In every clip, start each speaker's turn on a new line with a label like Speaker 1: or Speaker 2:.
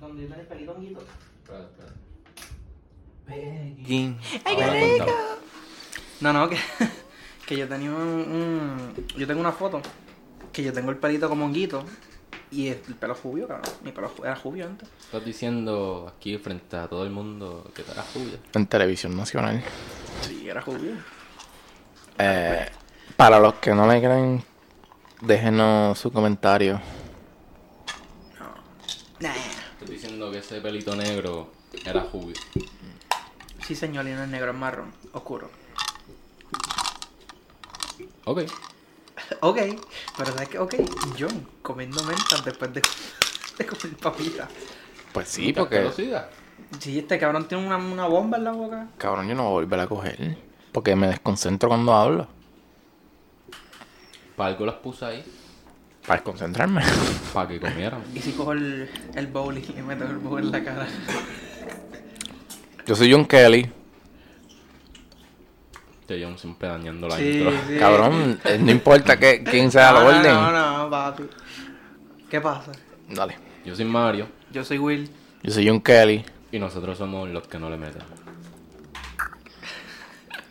Speaker 1: cuando yo tenía el pelito honguito.
Speaker 2: Espera, espera.
Speaker 1: Peguín.
Speaker 3: ¡Ay,
Speaker 2: Ahora
Speaker 3: qué rico!
Speaker 2: contamos.
Speaker 1: No, no, que, que yo tenía un, un- Yo tengo una foto que yo tengo el pelito como honguito y el pelo jubio, cabrón. Mi pelo ju- era jubio antes.
Speaker 2: Estás diciendo aquí frente a todo el mundo que te harás jubia.
Speaker 4: En televisión nacional.
Speaker 1: Sí, era jubio.
Speaker 4: Eh, para los que no le creen, déjenos su comentario.
Speaker 1: Nah.
Speaker 2: Estás diciendo que ese pelito negro era jubio.
Speaker 1: Sí, señor, y no es negro, es marrón, oscuro.
Speaker 2: Ok.
Speaker 1: Ok, pero ¿sabes qué? Ok, John, comiendo mentas después de, de comer papitas.
Speaker 4: Pues sí,
Speaker 2: Muchas
Speaker 4: porque.
Speaker 2: velocidad.
Speaker 1: Sí, este cabrón tiene una, una bomba en la boca.
Speaker 4: Cabrón, yo no voy a volver a coger. Porque me desconcentro cuando hablo.
Speaker 2: Para algo las puse ahí,
Speaker 4: Para desconcentrarme.
Speaker 2: para que comieran.
Speaker 1: Y si cojo el, el bowl y le meto el bowl en la cara.
Speaker 4: Yo soy John Kelly.
Speaker 2: Te llevan siempre dañando la
Speaker 1: Sí,
Speaker 2: intro.
Speaker 1: sí.
Speaker 4: Cabrón, eh, no importa que, quién sea la
Speaker 1: no,
Speaker 4: orden.
Speaker 1: no, no, no, papi. ¿Qué pasa?
Speaker 4: Dale.
Speaker 2: Yo soy Mario
Speaker 1: Yo soy Will.
Speaker 4: Yo soy John Kelly.
Speaker 2: y nosotros somos los que no le meten.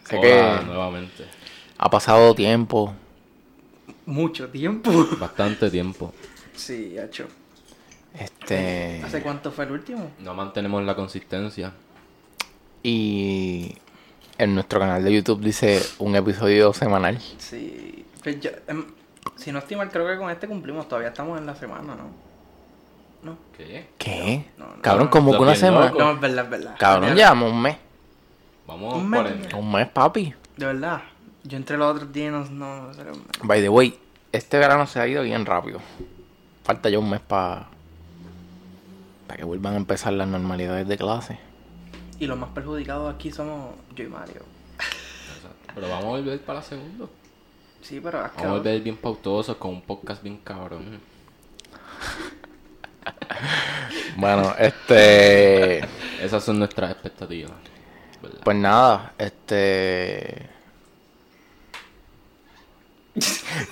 Speaker 4: Sé
Speaker 2: Hola,
Speaker 4: que
Speaker 2: nuevamente.
Speaker 4: ha pasado tiempo.
Speaker 1: Mucho tiempo.
Speaker 2: Bastante tiempo.
Speaker 1: Sí, hacho.
Speaker 4: Este.
Speaker 1: ¿Hace cuánto fue el último?
Speaker 2: No mantenemos la consistencia.
Speaker 4: Y en nuestro canal de YouTube dice un episodio semanal.
Speaker 1: Sí. Pues yo, em, si no estoy mal, creo que con este cumplimos. Todavía estamos en la semana, ¿no? No.
Speaker 2: ¿Qué?
Speaker 4: ¿Qué?
Speaker 1: No, no,
Speaker 4: Cabrón,
Speaker 1: no.
Speaker 4: como que una
Speaker 2: Estás bien
Speaker 4: semana.
Speaker 2: loco.
Speaker 1: No, es verdad, es verdad.
Speaker 4: Cabrón,
Speaker 1: Tenía-
Speaker 4: llevamos un mes.
Speaker 2: Vamos
Speaker 1: Un
Speaker 2: por
Speaker 1: mes.
Speaker 2: el-
Speaker 4: Un mes, papi.
Speaker 1: De verdad. Yo entre los otros días no. no, no sé,
Speaker 4: By the way, este verano se ha ido bien rápido. Falta ya un mes para. para que vuelvan a empezar las normalidades de clase.
Speaker 1: y los más perjudicados aquí somos yo y Mario.
Speaker 2: Exacto. Pero vamos a volver para la segunda.
Speaker 1: Sí, pero has
Speaker 2: Vamos a
Speaker 1: quedado-
Speaker 2: volver bien pautosos con un podcast bien cabrón.
Speaker 4: Bueno, este.
Speaker 2: Esas son nuestras expectativas. ¿verdad?
Speaker 4: Pues nada, este.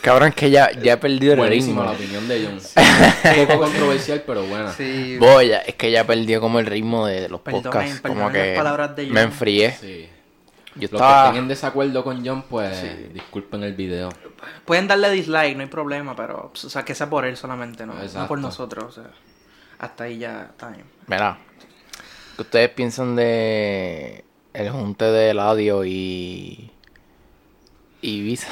Speaker 4: Cabrón, es que ya, ya he perdido el
Speaker 2: Buenísima la
Speaker 4: ritmo.
Speaker 2: opinión de John. Un poco controversial, pero buena.
Speaker 1: Sí.
Speaker 4: Voy, ya- es que ya he perdido como el ritmo de los
Speaker 1: Perdonen,
Speaker 4: podcasts. Como
Speaker 1: perdonen las
Speaker 4: que
Speaker 1: palabras de
Speaker 4: me
Speaker 1: John.
Speaker 4: enfrié.
Speaker 2: Sí. Los
Speaker 4: Yo
Speaker 2: que estén
Speaker 4: estaba.
Speaker 2: en desacuerdo con John, pues
Speaker 1: Sí.
Speaker 2: disculpen el video.
Speaker 1: Pueden darle dislike, no hay problema, pero. pues, O sea, que sea por él solamente, ¿no? No
Speaker 2: Exacto.
Speaker 1: por nosotros, o sea. Hasta ahí ya está bien.
Speaker 4: Mira, ¿qué ustedes piensan de el junte de Eladio y. y Visa?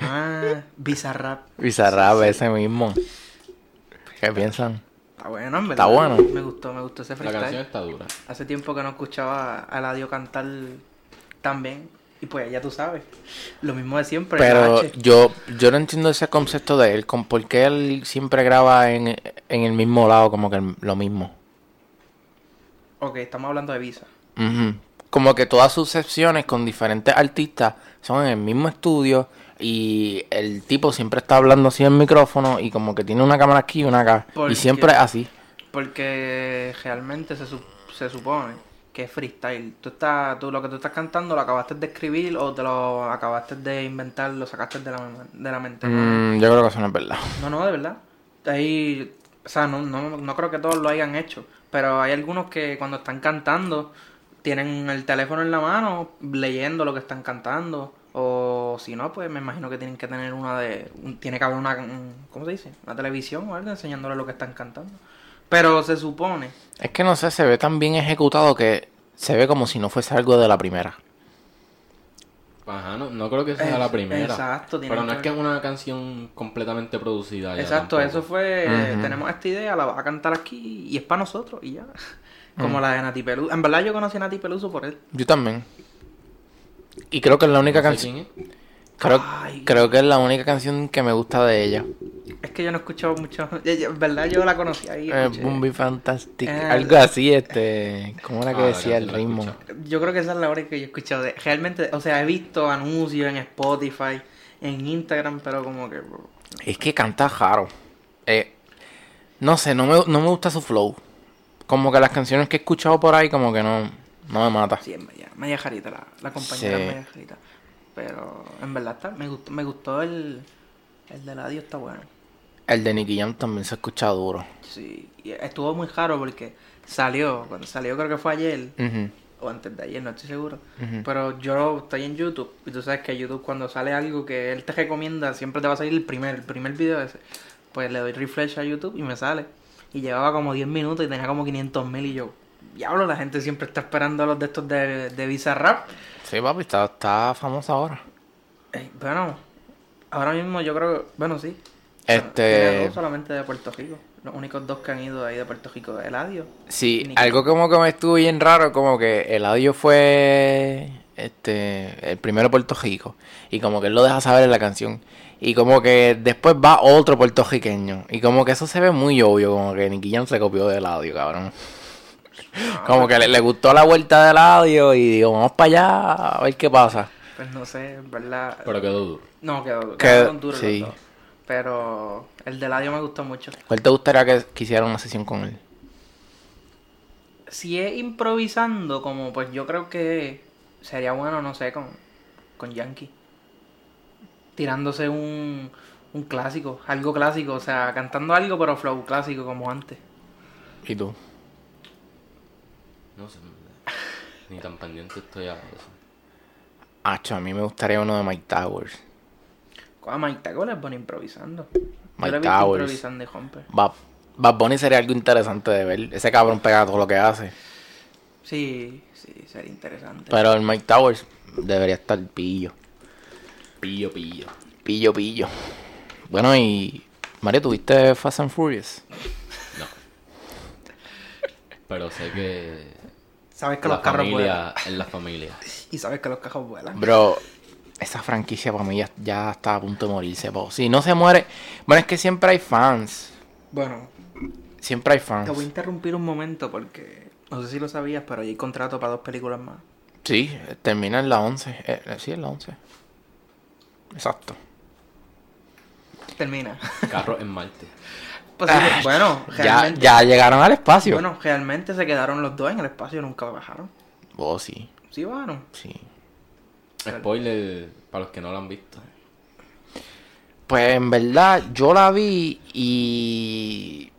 Speaker 1: Ah, Bizarrap.
Speaker 4: Bizarrap, ese mismo. ¿Qué piensan?
Speaker 1: Está bueno, en verdad.
Speaker 4: Está bueno.
Speaker 1: Me gustó, me gustó ese
Speaker 2: La canción
Speaker 1: freestyle.
Speaker 2: está dura.
Speaker 1: Hace tiempo que no escuchaba a Ladio cantar tan bien. Y pues ya tú sabes. Lo mismo de siempre.
Speaker 4: Pero
Speaker 1: H.
Speaker 4: yo, yo no entiendo ese concepto de él, con por qué él siempre graba en, en el mismo lado, como que el- lo mismo.
Speaker 1: Ok, estamos hablando de Visa.
Speaker 4: Ujú. Como que todas sus sesiones con diferentes artistas son en el mismo estudio y el tipo siempre está hablando así en el micrófono y como que tiene una cámara aquí y una acá.
Speaker 1: Porque-
Speaker 4: Y siempre es así.
Speaker 1: Porque realmente se, su- se supone que es freestyle. Tú, estás, tú lo que tú estás cantando lo acabaste de escribir o te lo acabaste de inventar, lo sacaste de la, mem- de la mente.
Speaker 4: Mm, yo creo que eso no es verdad.
Speaker 1: No, no, de verdad. Ahí, o sea, no, no, no creo que todos lo hayan hecho, pero hay algunos que cuando están cantando tienen el teléfono en la mano leyendo lo que están cantando. O si no, pues me imagino que tienen que tener una de... un- tiene que haber una... un- ¿Cómo se dice? Una televisión o algo enseñándole lo que están cantando. Pero se supone.
Speaker 4: Es que no sé, se ve tan bien ejecutado que se ve como si no fuese algo de la primera.
Speaker 2: Ajá, no, no creo que sea
Speaker 1: Es-
Speaker 2: la primera.
Speaker 1: exacto, tiene
Speaker 2: Pero no
Speaker 1: que-
Speaker 2: es que es una canción completamente producida. Ah, ya
Speaker 1: Exacto,
Speaker 2: tampoco.
Speaker 1: eso fue... eh,
Speaker 4: Ujú.
Speaker 1: Tenemos esta idea, la vas a cantar aquí y es para nosotros y ya. Como
Speaker 2: Mm.
Speaker 1: la de Nati Peluso. En verdad yo conocí a Nati Peluso por él.
Speaker 4: Yo también. Y creo que es la única
Speaker 2: No sé
Speaker 4: canción.
Speaker 2: quién
Speaker 4: Creo,
Speaker 1: Ay.
Speaker 4: creo que es la única canción que me gusta de ella.
Speaker 1: Es que yo no he escuchado mucho. Yo- yo- En verdad, yo la conocí ahí.
Speaker 4: Eh,
Speaker 1: escuché.
Speaker 4: Bumbi Fantastic.
Speaker 1: Eh,
Speaker 4: Algo así, este. ¿Cómo era
Speaker 2: es.
Speaker 4: que
Speaker 2: Ah,
Speaker 4: decía
Speaker 2: la canción
Speaker 4: el
Speaker 2: la
Speaker 4: ritmo?
Speaker 2: escucha.
Speaker 1: Yo creo que esa es la hora que yo he escuchado. de- Realmente, o sea, he visto anuncios en Spotify, en Instagram, pero como que. bro,
Speaker 4: Es que canta raro. Eh, no sé, no me, no me gusta su flow. Como que las canciones que he escuchado por ahí, como que no, no me mata.
Speaker 1: Sí, es media, media jarita la, la compañera,
Speaker 4: Sí.
Speaker 1: es media jarita. Pero en verdad está, me gustó, me gustó el, el de la Dios, está bueno.
Speaker 4: El de Nicky Jam también se escucha duro.
Speaker 1: Sí, y estuvo muy caro porque salió, cuando salió creo que fue ayer,
Speaker 4: Ujú.
Speaker 1: o antes de ayer, no estoy seguro.
Speaker 4: Ujú.
Speaker 1: Pero yo estoy en YouTube y tú sabes que YouTube cuando sale algo que él te recomienda, siempre te va a salir el primer, el primer video ese. Pues le doy refresh a YouTube y me sale. Y llevaba como 10 minutos y tenía como 500 mil y yo, diablo, la gente siempre está esperando los de estos de, de Bizarrap.
Speaker 4: Sí, papi, está, está famoso ahora.
Speaker 1: Eh, bueno, ahora mismo yo creo, bueno, sí. Tiene
Speaker 4: Este.
Speaker 1: dos solamente de Puerto Rico. Los únicos dos que han ido ahí de Puerto Rico, Eladio.
Speaker 4: Sí,
Speaker 1: Nicky
Speaker 4: algo como que me estuvo bien raro, como que el audio fue este el primero Puerto Rico y como que él lo deja saber en la canción y como que después va otro puertorriqueño y como que eso se ve muy obvio, como que Nicky Jam se copió del audio, cabrón. Como que le, le gustó la vuelta del audio y digo, vamos para allá a ver qué pasa.
Speaker 1: Pues no sé, en verdad.
Speaker 2: Pero quedó duro.
Speaker 1: No, quedó,
Speaker 4: Quedó-
Speaker 1: quedaron duros
Speaker 4: sí.
Speaker 1: los dos. Pero el de Ladio me gustó mucho.
Speaker 4: ¿Cuál te gustaría que, que hiciera una sesión con él?
Speaker 1: Si es improvisando, como pues yo creo que sería bueno, no sé, con, con Yankee. Tirándose un, un clásico, algo clásico, o sea, cantando algo pero flow clásico como antes.
Speaker 4: ¿Y tú?
Speaker 2: No sé. en verdad. Ni tan pendiente estoy a eso.
Speaker 4: Acho, a mí me gustaría uno de Mike Towers.
Speaker 1: Ah, Mike Tagol es bueno improvisando. yo
Speaker 4: Mike
Speaker 1: lo he visto
Speaker 4: Towers.
Speaker 1: improvisando y Humper.
Speaker 4: Bad, Bad Bunny sería algo interesante de ver. Ese cabrón pega todo lo que hace.
Speaker 1: Sí, sí, sería interesante.
Speaker 4: Pero el Mike Towers debería estar pillo.
Speaker 2: Pillo, pillo.
Speaker 4: Pillo, pillo. Bueno, y. Mario, ¿tuviste Fast and Furious?
Speaker 2: No. Pero sé que.
Speaker 1: sabes que los
Speaker 2: La
Speaker 1: carros vuelan.
Speaker 2: familia es la familia.
Speaker 1: Y sabes que los carros vuelan.
Speaker 4: Bro, esa franquicia para mí ya, ya está a punto de morirse. po. Si no se muere. Bueno, es que siempre hay fans.
Speaker 1: Bueno,
Speaker 4: Siempre hay
Speaker 1: te voy a
Speaker 4: fans.
Speaker 1: interrumpir un momento porque no sé si lo sabías, pero hay contrato para dos películas más.
Speaker 4: Sí, termina en la 11. Eh, eh, sí, en la 11. Exacto.
Speaker 1: Termina.
Speaker 2: Carro en Marte.
Speaker 1: Pues,
Speaker 2: Ah,
Speaker 1: bueno,
Speaker 4: Ya,
Speaker 1: realmente,
Speaker 4: ya llegaron al espacio.
Speaker 1: bueno, realmente se quedaron los dos en el espacio, nunca bajaron.
Speaker 4: Oh, sí,
Speaker 1: Sí bajaron.
Speaker 4: sí.
Speaker 2: Spoiler para los que no lo han visto.
Speaker 4: Pues en verdad yo la vi y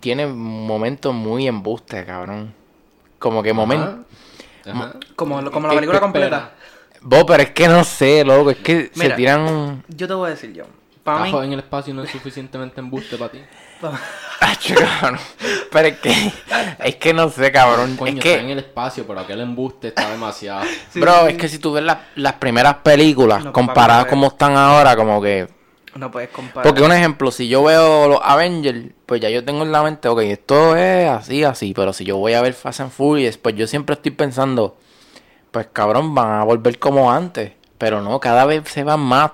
Speaker 4: tiene momentos muy embuste, cabrón. Como que momentos...
Speaker 2: Ajá.
Speaker 1: Como, lo- como la
Speaker 2: ¿Qué-
Speaker 1: película
Speaker 2: qué espera?
Speaker 1: completa.
Speaker 4: Vos, pero es que no sé, loco, es que se
Speaker 1: Mira.
Speaker 4: tiran... un-
Speaker 1: Yo te voy a decir, John. Para
Speaker 2: Ajo
Speaker 1: mí,
Speaker 2: en el espacio no es suficientemente embuste para ti.
Speaker 1: pa-
Speaker 4: Acho, cabrón. Pero es que... Es que no sé, cabrón.
Speaker 2: Coño,
Speaker 4: es
Speaker 2: está en
Speaker 4: que...
Speaker 2: el espacio, pero aquel embuste está demasiado.
Speaker 1: Sí,
Speaker 4: Bro,
Speaker 1: sí,
Speaker 4: es
Speaker 1: sí.
Speaker 4: que si tú ves las- las primeras películas
Speaker 1: No,
Speaker 4: comparadas
Speaker 1: papá,
Speaker 4: como están ahora, como que...
Speaker 1: no puedes comparar.
Speaker 4: Porque un ejemplo, si yo veo los Avengers, pues ya yo tengo en la mente, ok, esto es así, así, pero si yo voy a ver Fast and Furious, pues yo siempre estoy pensando, pues cabrón, van a volver como antes, pero no, cada vez se van más,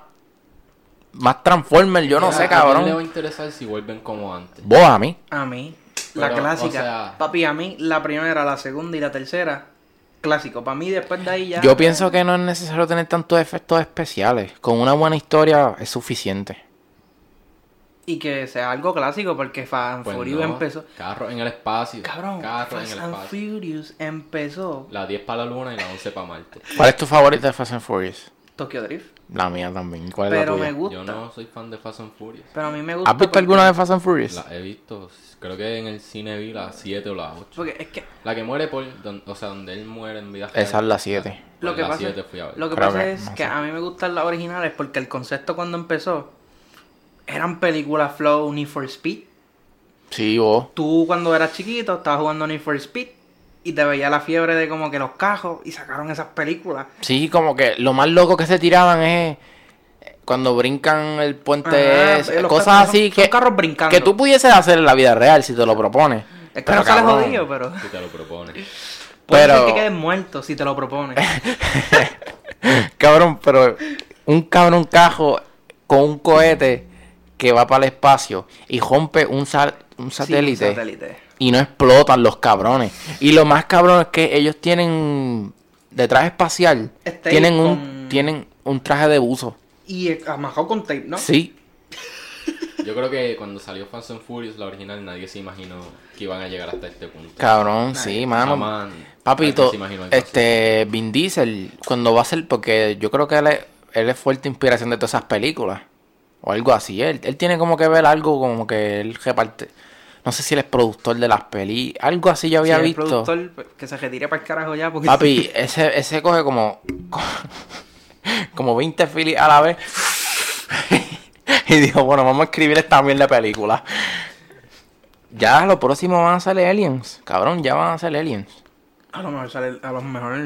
Speaker 4: más Transformers, yo no
Speaker 2: ¿A
Speaker 4: sé,
Speaker 2: quién le va a
Speaker 4: cabrón.
Speaker 2: interesar si vuelven como antes?
Speaker 4: Vos a mí.
Speaker 1: A mí, la
Speaker 2: Pero, o
Speaker 1: clásica.
Speaker 2: sea-
Speaker 1: Papi, a mí, la primera, la segunda y la tercera, clásico. Para mí, después de ahí ya.
Speaker 4: Yo pienso que no es necesario tener tantos efectos especiales, con una buena historia es suficiente.
Speaker 1: Y que sea algo clásico, porque Fan
Speaker 2: Pues
Speaker 1: Furious
Speaker 2: no,
Speaker 1: empezó.
Speaker 2: Carro en el espacio.
Speaker 1: Cabrón,
Speaker 2: Carro en
Speaker 1: Fast
Speaker 2: el
Speaker 1: and
Speaker 2: espacio.
Speaker 1: Furious empezó
Speaker 2: La 10 para la luna y la 11 para Marte.
Speaker 4: ¿Cuál es tu favorita de Fast and Furious?
Speaker 1: Tokyo Drift.
Speaker 4: La mía también, ¿cuál es la
Speaker 1: Pero
Speaker 4: tuya?
Speaker 1: me gusta.
Speaker 2: Yo no soy fan de Fast and Furious.
Speaker 1: Pero a mí me gusta.
Speaker 4: ¿Has visto
Speaker 1: porque-
Speaker 4: alguna de Fast and Furious?
Speaker 2: La he visto, creo que en el cine vi la 7 o la 8.
Speaker 1: Porque es que
Speaker 2: La que muere por. don- o sea, donde él muere en vida real.
Speaker 4: Esa es la 7.
Speaker 1: lo
Speaker 2: Pues
Speaker 1: que
Speaker 2: la
Speaker 1: pasa,
Speaker 2: 7 fui a ver.
Speaker 1: Lo que
Speaker 4: Creo
Speaker 1: pasa
Speaker 4: que-
Speaker 1: es
Speaker 4: no
Speaker 1: que
Speaker 4: sé.
Speaker 1: a mí me gustan las originales porque el concepto cuando empezó eran películas Flow Need for Speed.
Speaker 4: Sí, vos.
Speaker 1: Tú cuando eras chiquito estabas jugando Need for Speed y te veía la fiebre de como que los cajos y sacaron esas películas.
Speaker 4: Sí, como que lo más loco que se tiraban es cuando brincan el
Speaker 1: Ajá,
Speaker 4: puente, es-
Speaker 1: Ah, eh, los
Speaker 4: cosas
Speaker 1: carros-
Speaker 4: así
Speaker 1: son
Speaker 4: que,
Speaker 1: carros brincando.
Speaker 4: que tú pudieses hacer en la vida real si te lo propones.
Speaker 1: Es que
Speaker 4: Pero,
Speaker 1: no sale
Speaker 4: cabrón,
Speaker 1: jodido, pero.
Speaker 2: Si te lo propone.
Speaker 1: Puede
Speaker 4: Pero-
Speaker 1: ser que quedes muerto si te lo propones. pues.
Speaker 4: Cabrón, pero un cabrón cajo con un cohete que va para el espacio y rompe un, sal- un
Speaker 1: Sí, un
Speaker 4: satélite
Speaker 1: satélite.
Speaker 4: y no explotan los cabrones. Y lo más cabrón es que ellos tienen de traje espacial,
Speaker 1: Este,
Speaker 4: tienen un,
Speaker 1: con-
Speaker 4: tienen un traje de buzo.
Speaker 1: Y eh, amajado con tape, ¿no?
Speaker 4: Sí,
Speaker 2: Yo creo que cuando salió Fast and Furious, la original, nadie se imaginó que iban a llegar hasta este punto.
Speaker 4: cabrón, sí, mano.
Speaker 2: Jamás
Speaker 4: Papito,
Speaker 2: alguien se imaginó algo así.
Speaker 4: este, Vin Diesel, cuando va a ser, porque yo creo que él es, él es fuerte inspiración de todas esas películas. O algo así. Él, él tiene como que ver algo como que él reparte. No sé si él es productor de las pelis. Algo así yo había
Speaker 1: Si es
Speaker 4: visto.
Speaker 1: productor, pues, que se retire para el carajo ya. Porque
Speaker 4: Papi, ese, ese coge como. Como 20 filis a la vez. Y dijo, bueno, vamos a escribir esta mierda de película. Ya lo próximo van a salir aliens. Cabrón, ya van a ser aliens.
Speaker 1: a lo mejor sale- a lo mejor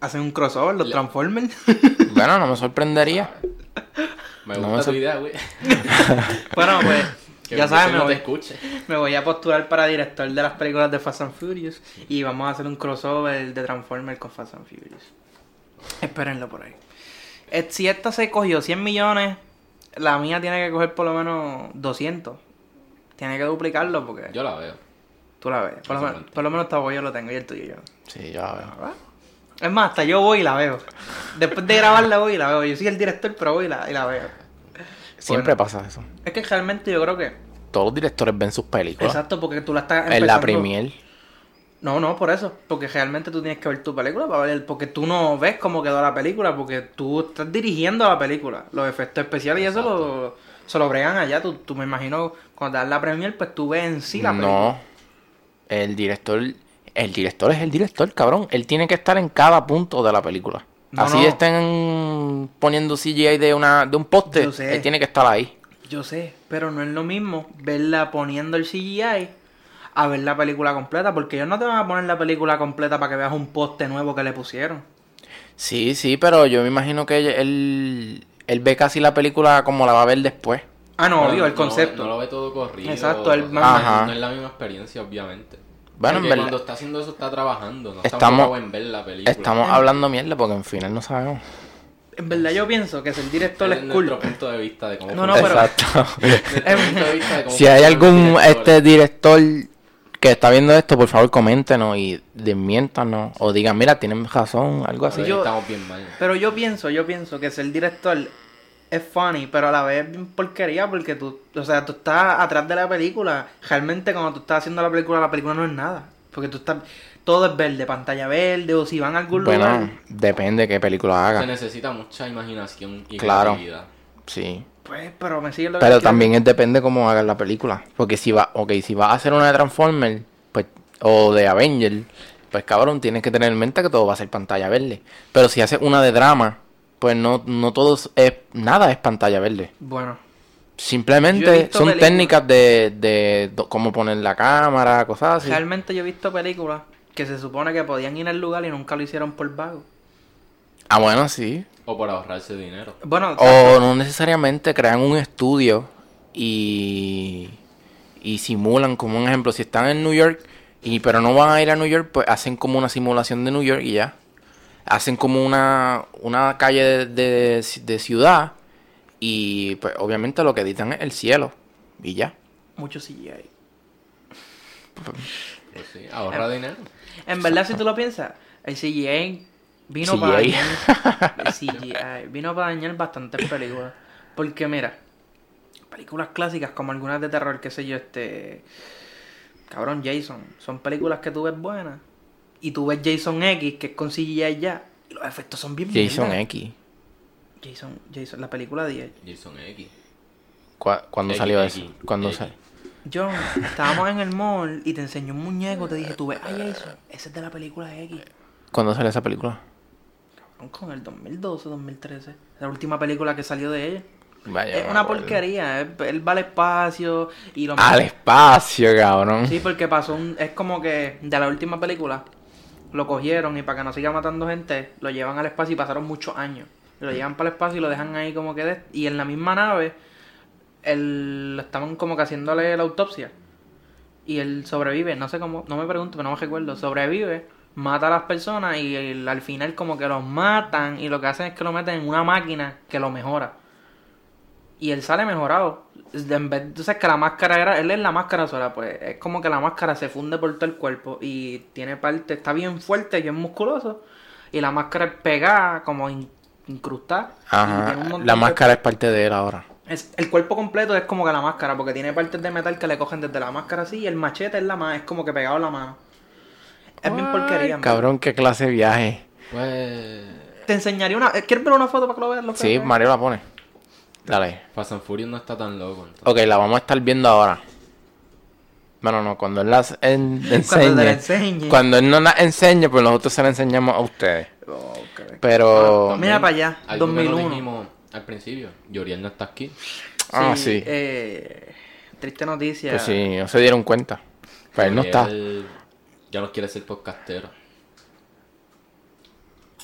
Speaker 1: hacen un crossover, los transformen.
Speaker 4: Bueno, no me sorprendería.
Speaker 2: Me
Speaker 4: No,
Speaker 2: gusta
Speaker 4: eso-
Speaker 2: tu idea, güey.
Speaker 1: bueno, pues,
Speaker 2: Que
Speaker 1: ya
Speaker 2: Bruce
Speaker 1: saben, me
Speaker 2: no te
Speaker 1: voy,
Speaker 2: escuche.
Speaker 1: me voy a postular para director de las películas de Fast and Furious. Y vamos a hacer un crossover de Transformers con Fast and Furious. Espérenlo por ahí. Eh, Si esta se cogió 100 millones, la mía tiene que coger por lo menos 200. Tiene que duplicarlo porque
Speaker 2: Yo la veo.
Speaker 1: tú la ves. Por lo, menos, por lo menos tu yo lo tengo y el tuyo yo.
Speaker 4: Sí, ya veo.
Speaker 1: ¿verdad? Es más, hasta yo voy y la veo. Después de grabarla voy y la veo. Yo soy el director, pero voy y la, y la veo.
Speaker 4: Siempre
Speaker 1: Bueno.
Speaker 4: pasa eso.
Speaker 1: Es que realmente yo creo que...
Speaker 4: Todos los directores ven sus películas.
Speaker 1: Exacto, porque tú la estás
Speaker 4: En la premier.
Speaker 1: No, no, por eso. Porque realmente tú tienes que ver tu película para ver... el- Porque tú no ves cómo quedó la película. Porque tú estás dirigiendo la película. Los efectos especiales y eso lo, se lo bregan allá. Tú, tú me imagino cuando te das la premier, pues tú ves en sí la película.
Speaker 4: No. El director. El director es el director, cabrón. Él tiene que estar en cada punto de la película.
Speaker 1: No,
Speaker 4: Así
Speaker 1: no.
Speaker 4: estén poniendo CGI de una de un poste,
Speaker 1: Yo sé.
Speaker 4: él tiene que estar ahí.
Speaker 1: Yo sé, pero no es lo mismo verla poniendo el CGI a ver la película completa, porque ellos no te van a poner la película completa para que veas un poste nuevo que le pusieron.
Speaker 4: Sí, sí, pero yo me imagino que él, él ve casi la película como la va a ver después.
Speaker 1: Ah, no,
Speaker 2: Pero
Speaker 1: obvio, el concepto.
Speaker 2: No, lo ve todo corrido.
Speaker 1: Exacto, él
Speaker 2: no,
Speaker 1: más-
Speaker 4: Ajá.
Speaker 2: no es la misma experiencia, obviamente.
Speaker 4: Bueno, en
Speaker 2: Porque
Speaker 4: verdad-
Speaker 2: cuando está haciendo eso está trabajando. No está
Speaker 4: Estamos-
Speaker 2: enfocado en ver la película.
Speaker 4: Estamos hablando mierda porque en final no sabemos.
Speaker 1: En verdad yo pienso que ser director
Speaker 2: es
Speaker 1: es cool.
Speaker 2: Eh, nuestro punto de vista de cómo
Speaker 1: No, no, pero-
Speaker 2: funciona.
Speaker 4: Exacto.
Speaker 2: Nuestro punto de vista de cómo
Speaker 4: si
Speaker 2: funcionan
Speaker 4: hay
Speaker 2: los
Speaker 4: algún
Speaker 2: directores.
Speaker 4: este director que está viendo esto, por favor, coméntenos y desmiéntanos o digan, mira, tienen razón, algo así.
Speaker 2: Ahora
Speaker 1: yo-
Speaker 2: Estamos bien mal.
Speaker 1: Pero yo pienso, yo pienso que ser director es funny, pero a la vez es bien porquería porque tú, o sea, tú estás atrás de la película. Realmente cuando tú estás haciendo la película, la película no es nada. Porque tú estás, todo es verde, pantalla verde, o si van a algún lugar,
Speaker 4: Bueno, depende de qué película
Speaker 2: Se
Speaker 4: haga.
Speaker 2: necesita mucha imaginación y
Speaker 4: Claro.
Speaker 2: creatividad.
Speaker 4: Sí.
Speaker 1: pues, pero me sigue lo que
Speaker 4: Pero
Speaker 1: quiero.
Speaker 4: también es depende cómo hagas la película. Porque si va, ok, si vas a hacer una de Transformers, pues, o de Avenger, pues cabrón, tienes que tener en mente que todo va a ser pantalla verde. Pero si haces una de drama, pues no, no todo es, es- nada es pantalla verde.
Speaker 1: Bueno, Yo he
Speaker 4: Simplemente
Speaker 1: visto
Speaker 4: son
Speaker 1: películas-
Speaker 4: técnicas de, de do- cómo poner la cámara, cosas así.
Speaker 1: Realmente yo he visto películas que se supone que podían ir al lugar y nunca lo hicieron por vago.
Speaker 4: Ah, bueno, sí.
Speaker 2: O por ahorrarse dinero.
Speaker 1: Bueno,
Speaker 4: O Oh, no necesariamente crean un estudio y, y simulan, como un ejemplo, si están en New York, y pero no van a ir a New York, pues hacen como una simulación de New York y ya. Hacen como una, una calle de, de- de ciudad y pues obviamente lo que editan es el cielo y ya.
Speaker 1: mucho CGI.
Speaker 2: Pues sí,
Speaker 1: Eh.
Speaker 2: ahorra dinero.
Speaker 1: En verdad, si tú lo piensas, el CGI vino
Speaker 4: CGI.
Speaker 1: para dañar. el CGI vino para dañar bastantes películas. Porque mira, películas clásicas como algunas de terror, qué sé yo, este. Cabrón, Jason. Son películas que tú ves buenas. Y tú ves Jason X, que es con CGI ya. Y los efectos son bien
Speaker 4: Jason
Speaker 1: mierda.
Speaker 4: X.
Speaker 1: Jason, Jason, la película de
Speaker 2: Jason X.
Speaker 4: Cua- ¿Cuándo
Speaker 2: X,
Speaker 4: salió
Speaker 2: X,
Speaker 4: eso? ¿Cuándo
Speaker 2: X.
Speaker 4: sal-
Speaker 1: John, estábamos en el mall y te enseñó un muñeco, te dije, tú ves, ay, Jason, ese es de la película X.
Speaker 4: ¿Cuándo salió esa película?
Speaker 1: Cabrón, Con el 2012, 2013, la última película que salió de ella.
Speaker 4: Vaya, no
Speaker 1: es
Speaker 4: me
Speaker 1: una
Speaker 4: acuerdo.
Speaker 1: porquería, él, él va al espacio y lo...
Speaker 4: Al espacio, cabrón.
Speaker 1: Sí, porque pasó un... Es como que de la última película lo cogieron y para que no siga matando gente, lo llevan al espacio y pasaron muchos años. Lo llevan para el espacio y lo dejan ahí como que... de- y en la misma nave, el, lo estaban como que haciéndole la autopsia. Y él sobrevive, no sé cómo, no me pregunto, pero no me recuerdo. Sobrevive, mata a las personas y el- al final como que los matan y lo que hacen es que lo meten en una máquina que lo mejora. Y él sale mejorado. Es de- En vez, entonces que la máscara era, él es la máscara sola, pues es como que la máscara se funde por todo el cuerpo y tiene parte, está bien fuerte, bien musculoso. Y la máscara es pegada, como in- incrustada. y tiene un
Speaker 4: Ajá.
Speaker 1: montón
Speaker 4: La
Speaker 1: de-
Speaker 4: máscara es parte de él ahora.
Speaker 1: es- el cuerpo completo es como que la máscara, porque tiene partes de metal que le cogen desde la máscara así, y el machete es la mano, es como que pegado a la mano. Es bien
Speaker 4: Ay,
Speaker 1: porquería. en verdad.
Speaker 4: Cabrón, qué clase de viaje.
Speaker 2: Pues.
Speaker 1: Te enseñaría una. eh, ¿Quieres ver una foto para que lo veas? Lo que
Speaker 4: Sí,
Speaker 1: veas?
Speaker 4: Mario la pone. Dale.
Speaker 2: Fast and Furious no está tan loco. entonces.
Speaker 4: Ok, la vamos a estar viendo ahora. Bueno, no, cuando él las en-
Speaker 1: Cuando te la
Speaker 4: enseñe.
Speaker 1: enseñe.
Speaker 4: Cuando él no las enseñe, pues nosotros se las enseñamos a ustedes.
Speaker 1: Ok.
Speaker 4: Pues, Pero.
Speaker 2: También,
Speaker 1: Mira para allá,
Speaker 2: algo que no
Speaker 1: 2001.
Speaker 2: dijimos al principio. Yoriel no está aquí.
Speaker 4: Ah, sí.
Speaker 1: eh, triste noticia.
Speaker 4: Pues sí, no se dieron cuenta. Pues él no está.
Speaker 2: Yoriel Ya no quiere ser podcastero.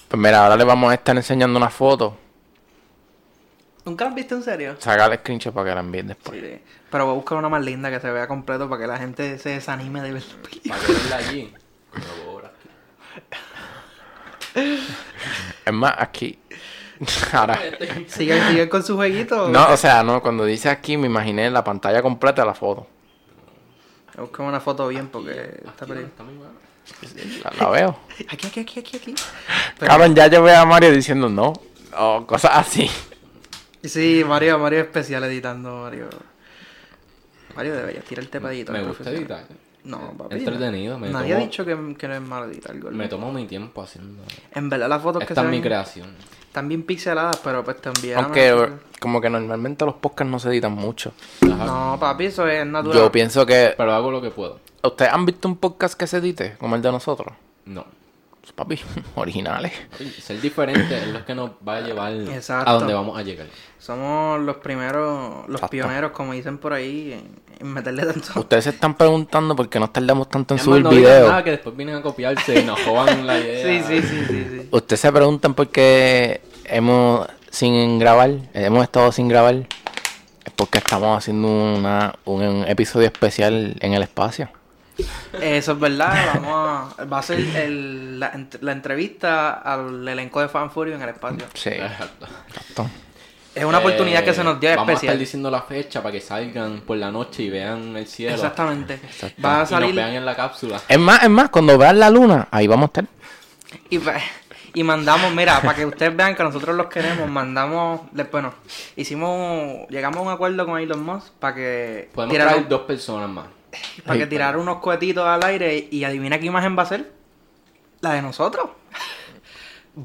Speaker 4: Pues mira, ahora le vamos a estar enseñando una foto.
Speaker 1: ¿Nunca la has visto en serio?
Speaker 4: Sacar el screenshot para que la envíen después.
Speaker 1: Sí, de- Pero voy a buscar una más linda que se vea completo para que la gente se desanime de ver la película.
Speaker 2: Para que verla allí. No, ahora aquí.
Speaker 4: Es más, aquí. ahora.
Speaker 1: Sigue, sigue con su jueguito.
Speaker 4: No, o sea, no, cuando dice aquí me imaginé la pantalla completa de la foto.
Speaker 1: Busca una foto bien porque está
Speaker 2: Aquí no,
Speaker 1: perdido.
Speaker 2: está muy mal.
Speaker 4: La, la veo.
Speaker 1: Aquí, aquí, aquí, aquí, aquí. Pero-
Speaker 4: Cabrón, ya yo veo a Mario diciendo no. O cosas así.
Speaker 1: Sí, Mario, Mario especial editando, Mario. Mario debería tirar el tepadito.
Speaker 2: Me gusta editar.
Speaker 1: No,
Speaker 2: Es
Speaker 1: papi.
Speaker 2: entretenido, me
Speaker 1: Nadie ha
Speaker 2: tomo-
Speaker 1: dicho que, que no es malo editar, gordo.
Speaker 2: Me tomo mi tiempo haciendo.
Speaker 1: En verdad las fotos que se
Speaker 2: Esta es mi
Speaker 1: ven
Speaker 2: creación.
Speaker 1: están bien pixeladas, pero pues también...
Speaker 4: Aunque como que normalmente los podcasts no se editan mucho.
Speaker 1: No, papi, eso es natural.
Speaker 4: Yo pienso que...
Speaker 2: Pero hago lo que puedo.
Speaker 4: ¿Ustedes han visto un podcast que se edite? Como el de nosotros.
Speaker 2: No.
Speaker 4: Pues, papi, originales.
Speaker 2: Papi, Ser diferente es lo que nos va a llevar
Speaker 1: Exacto.
Speaker 2: a donde vamos a llegar.
Speaker 1: Somos los primeros, los
Speaker 4: Exacto.
Speaker 1: pioneros, como dicen por ahí, en, en meterle tanto.
Speaker 4: Ustedes se están preguntando por qué nos tardamos tanto en
Speaker 2: Es más,
Speaker 4: subir
Speaker 2: no digan
Speaker 4: video.
Speaker 2: nada que después vienen a copiarse y nos jodan la
Speaker 1: Sí,
Speaker 2: idea.
Speaker 1: sí, sí, sí, sí.
Speaker 4: Ustedes se preguntan por qué hemos sin grabar, hemos estado sin grabar. Es porque estamos haciendo una, un, episodio especial en el espacio.
Speaker 1: Eso es verdad, vamos a... Va a ser el- la, ent- la entrevista al elenco de Fan Furio en el espacio.
Speaker 4: Sí.
Speaker 2: Exacto.
Speaker 4: Exacto.
Speaker 1: Es una oportunidad
Speaker 2: Eh,
Speaker 1: que se nos dio
Speaker 2: Vamos a estar
Speaker 1: especial.
Speaker 2: diciendo la fecha para que salgan por la noche y vean el cielo.
Speaker 1: Exactamente. Va a
Speaker 2: Y nos
Speaker 1: salir
Speaker 2: vean en la cápsula.
Speaker 4: Es más, es más, cuando vean la luna, ahí vamos a estar.
Speaker 1: y, pa- y mandamos, mira, para que ustedes vean que nosotros los queremos, mandamos, le- bueno, hicimos, llegamos a un acuerdo con Elon Musk para que
Speaker 2: Podemos
Speaker 1: tirara-
Speaker 2: traer dos personas más.
Speaker 1: para que tirar unos cohetitos al aire y adivina qué imagen va a ser. La de nosotros.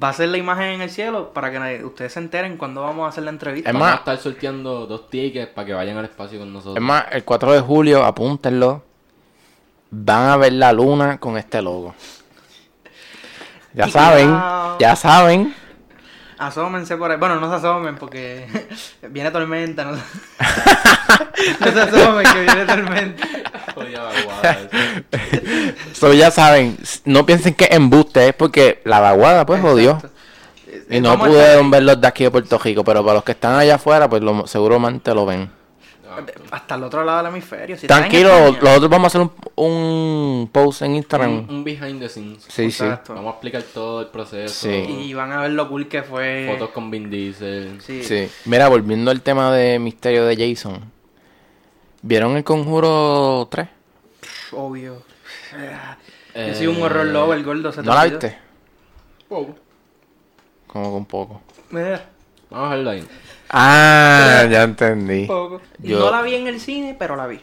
Speaker 1: Va a ser la imagen en el cielo para que nadie- ustedes se enteren cuando vamos a hacer la entrevista.
Speaker 4: Es
Speaker 2: Vamos
Speaker 4: más-
Speaker 2: a estar sorteando dos tickets para que vayan al espacio con nosotros.
Speaker 4: Es más, el 4 de julio, apúntenlo. Van a ver la luna con este logo. Ya
Speaker 1: Y
Speaker 4: saben,
Speaker 1: cuidado.
Speaker 4: ya saben.
Speaker 1: Asómense por ahí. Bueno, no se asomen porque viene tormenta. No, no se asomen que viene tormenta.
Speaker 2: Podía evacuar eso.
Speaker 4: So, ya saben, s- no piensen que embuste, es porque la vaguada pues jodió.
Speaker 1: Exacto.
Speaker 4: Y no
Speaker 1: Vamos a estar-
Speaker 4: pudieron ver los de aquí de Puerto Rico, pero para los que están allá afuera, pues lo, seguramente lo ven.
Speaker 1: Hasta el otro lado del hemisferrio. Si están en
Speaker 4: Tranquilo,
Speaker 1: España.
Speaker 4: nosotros vamos a hacer un, un post en Instagram.
Speaker 1: Mm,
Speaker 2: un, un behind the scenes.
Speaker 4: sí, sí.
Speaker 1: Exacto.
Speaker 2: Vamos a explicar todo el proceso.
Speaker 4: Sí.
Speaker 1: Y van a ver lo cool que fue.
Speaker 2: Fotos con Vin Diesel.
Speaker 1: Sí.
Speaker 4: Sí. Mira, volviendo al tema de misterio de Jason. ¿Vieron el conjuro 3?
Speaker 1: Obvio. Ah, Yo
Speaker 2: Eh,
Speaker 1: soy un horror lover, gordo. se te
Speaker 4: ¿No la
Speaker 1: olvidó.
Speaker 4: viste? Como que un poco.
Speaker 1: Mira,
Speaker 2: Vamos a dejarlo ahí.
Speaker 4: Ah, ya entendí.
Speaker 1: poco.
Speaker 4: Yo-
Speaker 1: No la vi en el cine, pero la vi.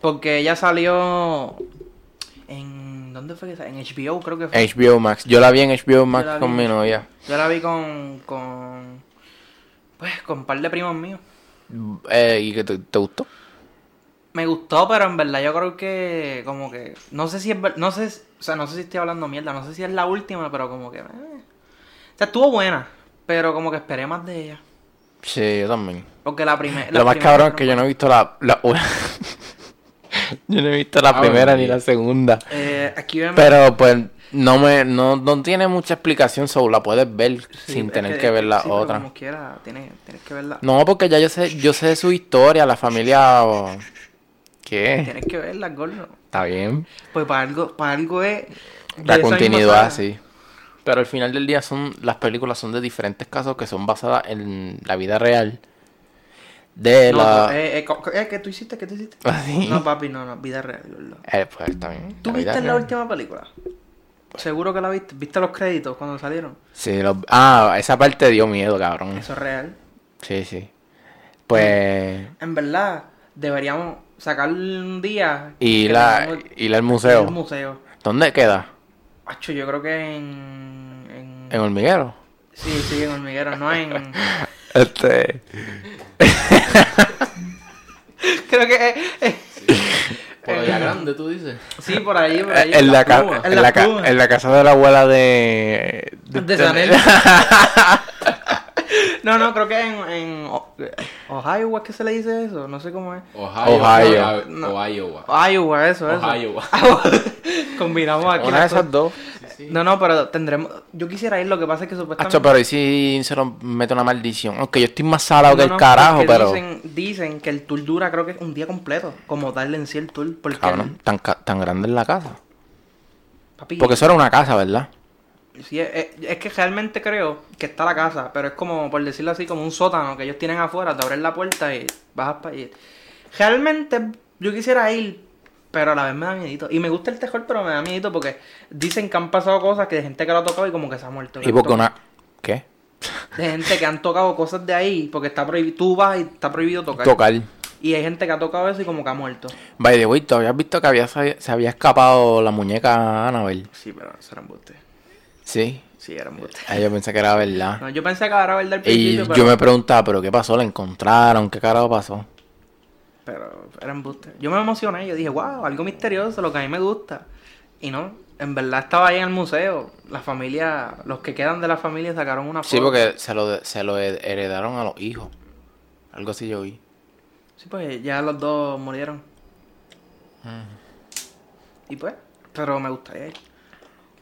Speaker 1: Porque ella salió en... ¿Dónde fue que salió? En HBO creo que fue.
Speaker 4: HBO Max. Yo la vi en HBO Max
Speaker 1: la vi
Speaker 4: con
Speaker 1: en
Speaker 4: mi
Speaker 1: HBO.
Speaker 4: novia.
Speaker 1: Yo la vi con... con... Pues con un par de primos míos.
Speaker 4: Eh, ¿Y que te, te gustó?
Speaker 1: Me gustó, pero en verdad yo creo que como que no sé si es ver- no sé, si- o sea, no sé si estoy hablando mierda, no sé si es la última, pero como que eh. o sea, estuvo buena, pero como que esperé más de ella,
Speaker 4: Sí, yo también.
Speaker 1: porque la primera
Speaker 4: Lo más cabrón es que yo no he visto la... la- yo no he visto la
Speaker 2: Ah,
Speaker 4: primera
Speaker 2: bueno,
Speaker 4: ni
Speaker 2: tío.
Speaker 4: la segunda.
Speaker 1: eh, aquí vemos
Speaker 4: Pero pues no me no, no tiene mucha explicación, solo la puedes ver
Speaker 1: sí,
Speaker 4: sin
Speaker 1: es
Speaker 4: tener que, ver la
Speaker 1: sí, pero
Speaker 4: otra.
Speaker 1: Como quiera, tienes, tienes que verla.
Speaker 4: No, porque ya yo sé yo sé su historia, la familia o- ¿Qué? eh.
Speaker 1: Tienes que verla, gordo.
Speaker 4: Está bien.
Speaker 1: Pues para algo para algo es
Speaker 4: La
Speaker 1: de esa misma saga.
Speaker 4: continuidad, sí. Pero al final del día son las películas son de diferentes casos que son basadas en la vida real de
Speaker 1: No,
Speaker 4: la
Speaker 1: eh, eh, co- co- eh, ¿qué tú hiciste? ¿Qué tú hiciste?
Speaker 4: Así.
Speaker 1: No, papi, no, no, vida real, gordo.
Speaker 4: Eh, pues también.
Speaker 1: ¿Tú viste la última película? Seguro que la viste. ¿Viste los créditos cuando salieron?
Speaker 4: Sí, los- ah, esa parte dio miedo, cabrón.
Speaker 1: Eso es real.
Speaker 4: Sí, sí. Pues
Speaker 1: En verdad, deberíamos sacar un día.
Speaker 4: y
Speaker 1: que
Speaker 4: la
Speaker 1: tengamos
Speaker 4: y la
Speaker 1: el
Speaker 4: al museo.
Speaker 1: museo.
Speaker 4: ¿Dónde queda?
Speaker 1: Acho, yo creo que en. en-
Speaker 4: En Hormiguero.
Speaker 1: Sí, sí, en Hormiguero, no en.
Speaker 4: Este.
Speaker 1: Creo que eh, eh,
Speaker 2: Por allá grande, tú dices.
Speaker 1: sí, por ahí, por ahí.
Speaker 4: En la, ca-
Speaker 1: Cuba.
Speaker 4: en, la ca-
Speaker 1: Cuba.
Speaker 4: en la casa de la abuela de.
Speaker 1: De Sanel. No, no, creo que en, en O- Ohio, ¿es que se le dice eso? No sé cómo es.
Speaker 2: Ohio.
Speaker 4: Ohio.
Speaker 2: Ohio. Ohio.
Speaker 1: Iowa, eso, Ah, eso.
Speaker 2: Ohio.
Speaker 1: Combinamos aquí.
Speaker 4: Una de
Speaker 1: las
Speaker 4: esas dos.
Speaker 1: cosas. No, no, pero tendremos. Yo quisiera ir, lo que pasa es que supuestamente.
Speaker 4: Hacho, pero ahí sí se nos mete una maldición. Aunque yo estoy más salado que
Speaker 1: No,
Speaker 4: el
Speaker 1: no,
Speaker 4: carajo,
Speaker 1: porque
Speaker 4: pero.
Speaker 1: Dicen, dicen que el tour dura, creo que un día completo. Como darle en sí el tour. Porque.
Speaker 4: Cabrón, tan, ca- tan grande es la casa.
Speaker 1: Papi,
Speaker 4: Porque eso era una casa, ¿verdad?
Speaker 1: sí, es, es- es que realmente creo que está la casa, pero es como, por decirlo así, como un sótano que ellos tienen afuera. Te abres la puerta y bajas para allí. Realmente yo quisiera ir, pero a la vez me da miedito. Y me gusta el tejol, pero me da miedito porque dicen que han pasado cosas que de gente que lo ha tocado y como que se ha muerto.
Speaker 4: Y porque una. ¿Qué?
Speaker 1: De gente que han tocado cosas de ahí porque está prohibido. Tú vas y está prohibido tocar.
Speaker 4: Tocar.
Speaker 1: Y hay gente que ha tocado eso y como que ha muerto.
Speaker 4: By the way, ¿tú habías visto que había, se se había escapado la muñeca Annabelle?
Speaker 1: Sí, pero eso era embuste.
Speaker 4: Sí.
Speaker 1: Sí, era embuste.
Speaker 4: Ah, yo pensé que era verdad.
Speaker 1: No, yo pensé que era verdad al
Speaker 4: Y
Speaker 1: principio, pero,
Speaker 4: yo me preguntaba, ¿pero qué pasó? ¿La encontraron? ¿Qué carajo pasó?
Speaker 1: pero era embuste. Yo me emocioné, yo dije, wow, algo misterioso, lo que a mí me gusta. Y no, en verdad estaba ahí en el museo. La familia, los que quedan de la familia sacaron una foto.
Speaker 4: Sí, porque se lo, de- se lo he- heredaron a los hijos. Algo así yo vi.
Speaker 1: Sí, pues ya los dos murieron. Y pues, pero me gustaría ir.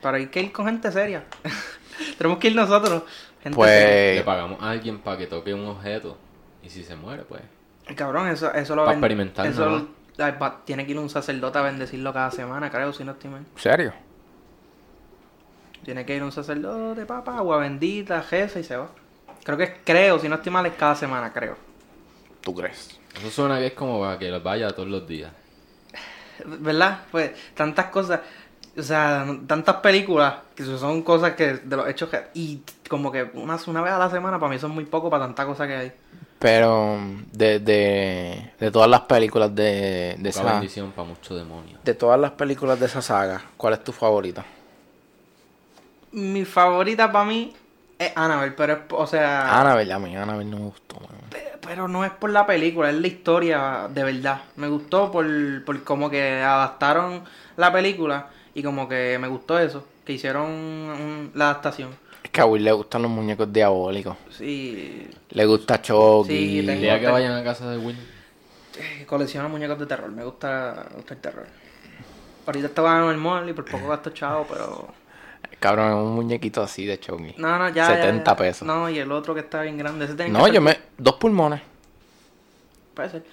Speaker 1: Pero hay que ir con gente seria. Tenemos que ir nosotros. Gente seria.
Speaker 4: Pues.
Speaker 2: Le pagamos a alguien para que toque un objeto. Y si se muere, pues.
Speaker 1: Cabrón, eso, eso lo
Speaker 2: Pa'
Speaker 1: ven-
Speaker 2: experimentar,
Speaker 1: eso
Speaker 2: nada más.
Speaker 1: lo- ay, pa- tiene que ir un sacerdote a bendecirlo cada semana, creo, si no estoy mal.
Speaker 4: ¿Serio?
Speaker 1: Tiene que ir un sacerdote, papá, agua bendita, jefe, y se va. Creo que es, creo, si no estoy mal, es cada semana, creo.
Speaker 4: ¿Tú crees?
Speaker 2: Eso suena que es como para que los vaya todos los días.
Speaker 1: ¿Verdad? Pues tantas cosas, o sea, tantas películas que son cosas que de los hechos que- Y como que una, una vez a la semana para mí son muy poco para tanta cosa que hay.
Speaker 4: Pero de, de, de todas las películas de,
Speaker 2: Poca
Speaker 4: de esa
Speaker 2: bendición para muchos demonios.
Speaker 4: de todas las películas de esa saga, ¿cuál es tu favorita?
Speaker 1: Mi favorita para mí es Annabelle, pero es, o sea...
Speaker 4: Annabelle, a mí Annabelle no me gustó. mano.
Speaker 1: Pe- Pero no es por la película, es la historia de verdad. Me gustó por, por como que adaptaron la película y como que me gustó eso, que hicieron un- la adaptación.
Speaker 4: Es que a Will le gustan los muñecos diabólicos.
Speaker 1: Sí,
Speaker 4: Le gusta Chucky.
Speaker 1: Sí,
Speaker 2: El
Speaker 1: tengo-
Speaker 2: día que vayan a casa de Will.
Speaker 1: eh, colecciono muñecos de terror, me gusta, me gusta el terror. Ahorita estaba en el mall y por poco gasto chavo, pero...
Speaker 4: Cabrón, es un muñequito así de Chucky.
Speaker 1: No, no, ya... ya,
Speaker 4: 70
Speaker 1: ya.
Speaker 4: pesos. No,
Speaker 1: No, y el otro que está bien grande, ese tiene que ser-
Speaker 4: yo me... Dos pulmones.
Speaker 1: Puede ser.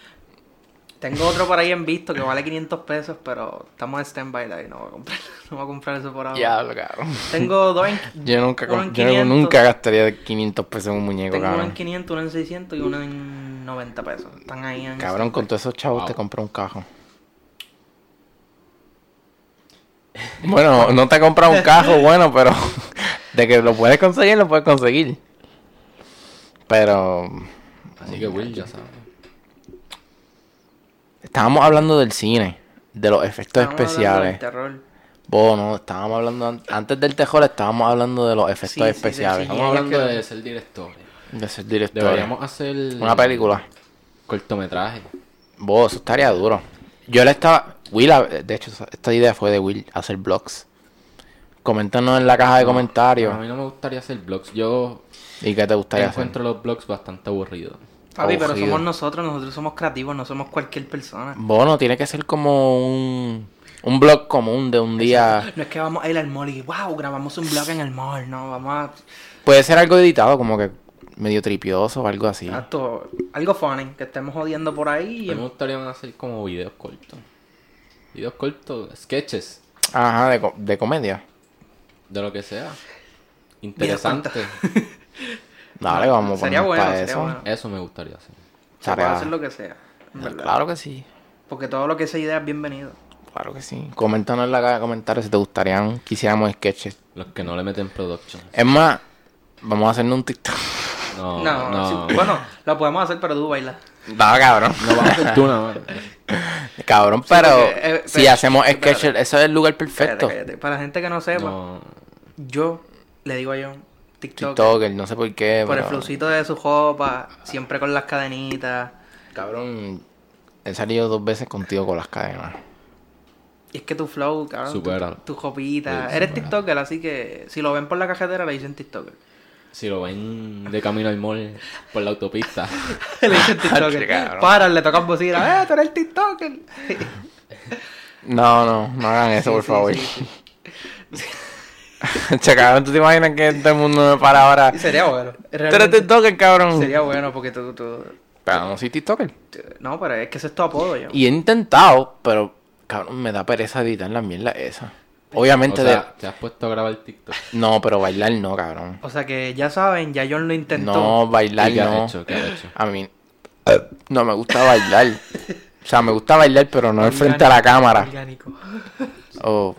Speaker 1: Tengo otro por ahí en visto que vale 500 pesos, pero estamos en stand-by de ahí, no voy a comprar, no voy a comprar eso por ahora.
Speaker 4: Diablo, cabrón.
Speaker 1: Tengo dos en...
Speaker 4: Yo nunca,
Speaker 1: Uno
Speaker 4: com-
Speaker 1: en
Speaker 4: yo
Speaker 1: 500.
Speaker 4: nunca gastaría 500 pesos en un muñeco,
Speaker 1: Tengo uno en
Speaker 4: cabrón.
Speaker 1: 500, uno en 600 y uno en 90 pesos. Están ahí en...
Speaker 4: Cabrón, con todos esos chavos
Speaker 2: Wow.
Speaker 4: te compras un cajo. Bueno, no te compras un cajo, bueno, pero de que lo puedes conseguir, lo puedes conseguir. Pero
Speaker 2: Así que Will ya sabe.
Speaker 4: estábamos hablando del cine, de los efectos
Speaker 1: Estamos hablando del
Speaker 4: especiales.
Speaker 1: terror.
Speaker 4: Bueno, estábamos hablando an- antes del tejol, estábamos hablando de los efectos
Speaker 1: sí, sí,
Speaker 4: especiales,
Speaker 1: sí.
Speaker 2: Estamos
Speaker 1: es
Speaker 2: hablando
Speaker 1: que-
Speaker 2: de ser directores.
Speaker 4: de ser directores.
Speaker 2: Deberíamos hacer.
Speaker 4: Una película.
Speaker 2: Cortometraje.
Speaker 4: Vos, eso estaría duro. Yo le estaba. Will, a- de hecho, esta idea fue de Will, hacer vlogs. Coméntanos en la caja
Speaker 1: Ah,
Speaker 4: de comentarios.
Speaker 2: A mí no me gustaría hacer blogs. Yo
Speaker 4: ¿Y qué te gustaría hacer?
Speaker 2: encuentro los blogs bastante aburridos.
Speaker 1: Papi, pero
Speaker 4: Aburrido.
Speaker 1: somos nosotros, nosotros somos creativos, no somos cualquier persona.
Speaker 4: Bueno, tiene que ser como un. Un blog común de un día.
Speaker 1: No es que vamos a ir al mall y, wow, grabamos un blog en el mall, no, vamos a...
Speaker 4: Puede ser algo editado, como que medio tripioso o algo así.
Speaker 1: Exacto, algo funny, que estemos jodiendo por ahí.
Speaker 2: A mí me
Speaker 1: Y...
Speaker 2: gustaría hacer como videos cortos. Videos cortos, sketches,
Speaker 4: Ajá, de, co- de comedia.
Speaker 2: de lo que sea. Interesante.
Speaker 4: Dale, vamos a
Speaker 1: Ah, Sería
Speaker 4: ponernos
Speaker 1: bueno,
Speaker 4: para
Speaker 1: sería
Speaker 4: eso.
Speaker 1: bueno.
Speaker 2: Eso me gustaría hacer.
Speaker 1: Se puede
Speaker 4: Tarea.
Speaker 1: hacer lo que sea, en verdad.
Speaker 4: Pues Claro que sí.
Speaker 1: Porque todo lo que se idea es bienvenido.
Speaker 4: Claro que sí. Coméntanos en la caja de comentarios si te gustarían. Quisiéramos sketches.
Speaker 2: Los que no le meten production.
Speaker 4: Es más, vamos a hacernos un TikTok.
Speaker 2: No,
Speaker 1: No,
Speaker 2: no.
Speaker 1: sí, bueno, lo podemos hacer, pero tú bailas.
Speaker 4: No, cabrón.
Speaker 2: No vas a hacer tú nada más.
Speaker 4: Cabrón, pero
Speaker 1: porque, eh,
Speaker 4: si
Speaker 1: espérate,
Speaker 4: hacemos
Speaker 1: espérate.
Speaker 4: sketch, eso es el lugar
Speaker 1: Cállate,
Speaker 4: perfecto.
Speaker 1: cállate. Para la gente que no sepa,
Speaker 2: No.
Speaker 1: yo le digo a John TikTok.
Speaker 4: TikToker, no sé por qué.
Speaker 1: Por el
Speaker 4: eh, pero-
Speaker 1: flucito de su jopa, siempre con las cadenitas.
Speaker 4: Cabrón, he salido dos veces contigo con las cadenas.
Speaker 1: Y es que tu flow, cabrón.
Speaker 2: Supéralo.
Speaker 1: Tu, tu jopita.
Speaker 2: Sí,
Speaker 1: Eres
Speaker 2: supéralo.
Speaker 1: TikToker, así que si lo ven por la cajetera le dicen TikToker.
Speaker 2: Si lo ven de camino al mall por la autopista.
Speaker 1: le dicen
Speaker 4: Che,
Speaker 1: TikToker.
Speaker 4: cabrón.
Speaker 1: Para, le tocan bocina. ¡Eh, tú eres el TikToker!
Speaker 4: No, no, no hagan
Speaker 1: Sí,
Speaker 4: eso, por
Speaker 1: sí,
Speaker 4: favor.
Speaker 1: sí, sí.
Speaker 4: Che, cabrón, ¿tú te imaginas que todo el mundo me para ahora?
Speaker 1: Y Sería bueno.
Speaker 4: Tú eres
Speaker 1: Realmente
Speaker 4: TikToker, cabrón.
Speaker 1: sería bueno porque tú, tú-
Speaker 4: Pero no soy TikToker.
Speaker 1: tú- No, pero es que ese es tu apodo ya.
Speaker 4: Y he intentado, pero cabrón, me da pereza editar la mierda esa.
Speaker 2: O
Speaker 4: Obviamente,
Speaker 2: sea, te has puesto a grabar TikTok.
Speaker 4: de- no, pero bailar no, cabrón.
Speaker 1: O sea que ya saben, ya John lo intentó.
Speaker 4: No, bailar
Speaker 2: ¿Y ¿Qué
Speaker 4: no.
Speaker 2: has hecho? ¿Qué has hecho?
Speaker 4: A mí no me gusta bailar. O sea, me gusta bailar, pero no
Speaker 1: Orgánico,
Speaker 4: frente a la cámara.
Speaker 1: Orgánico.
Speaker 4: O,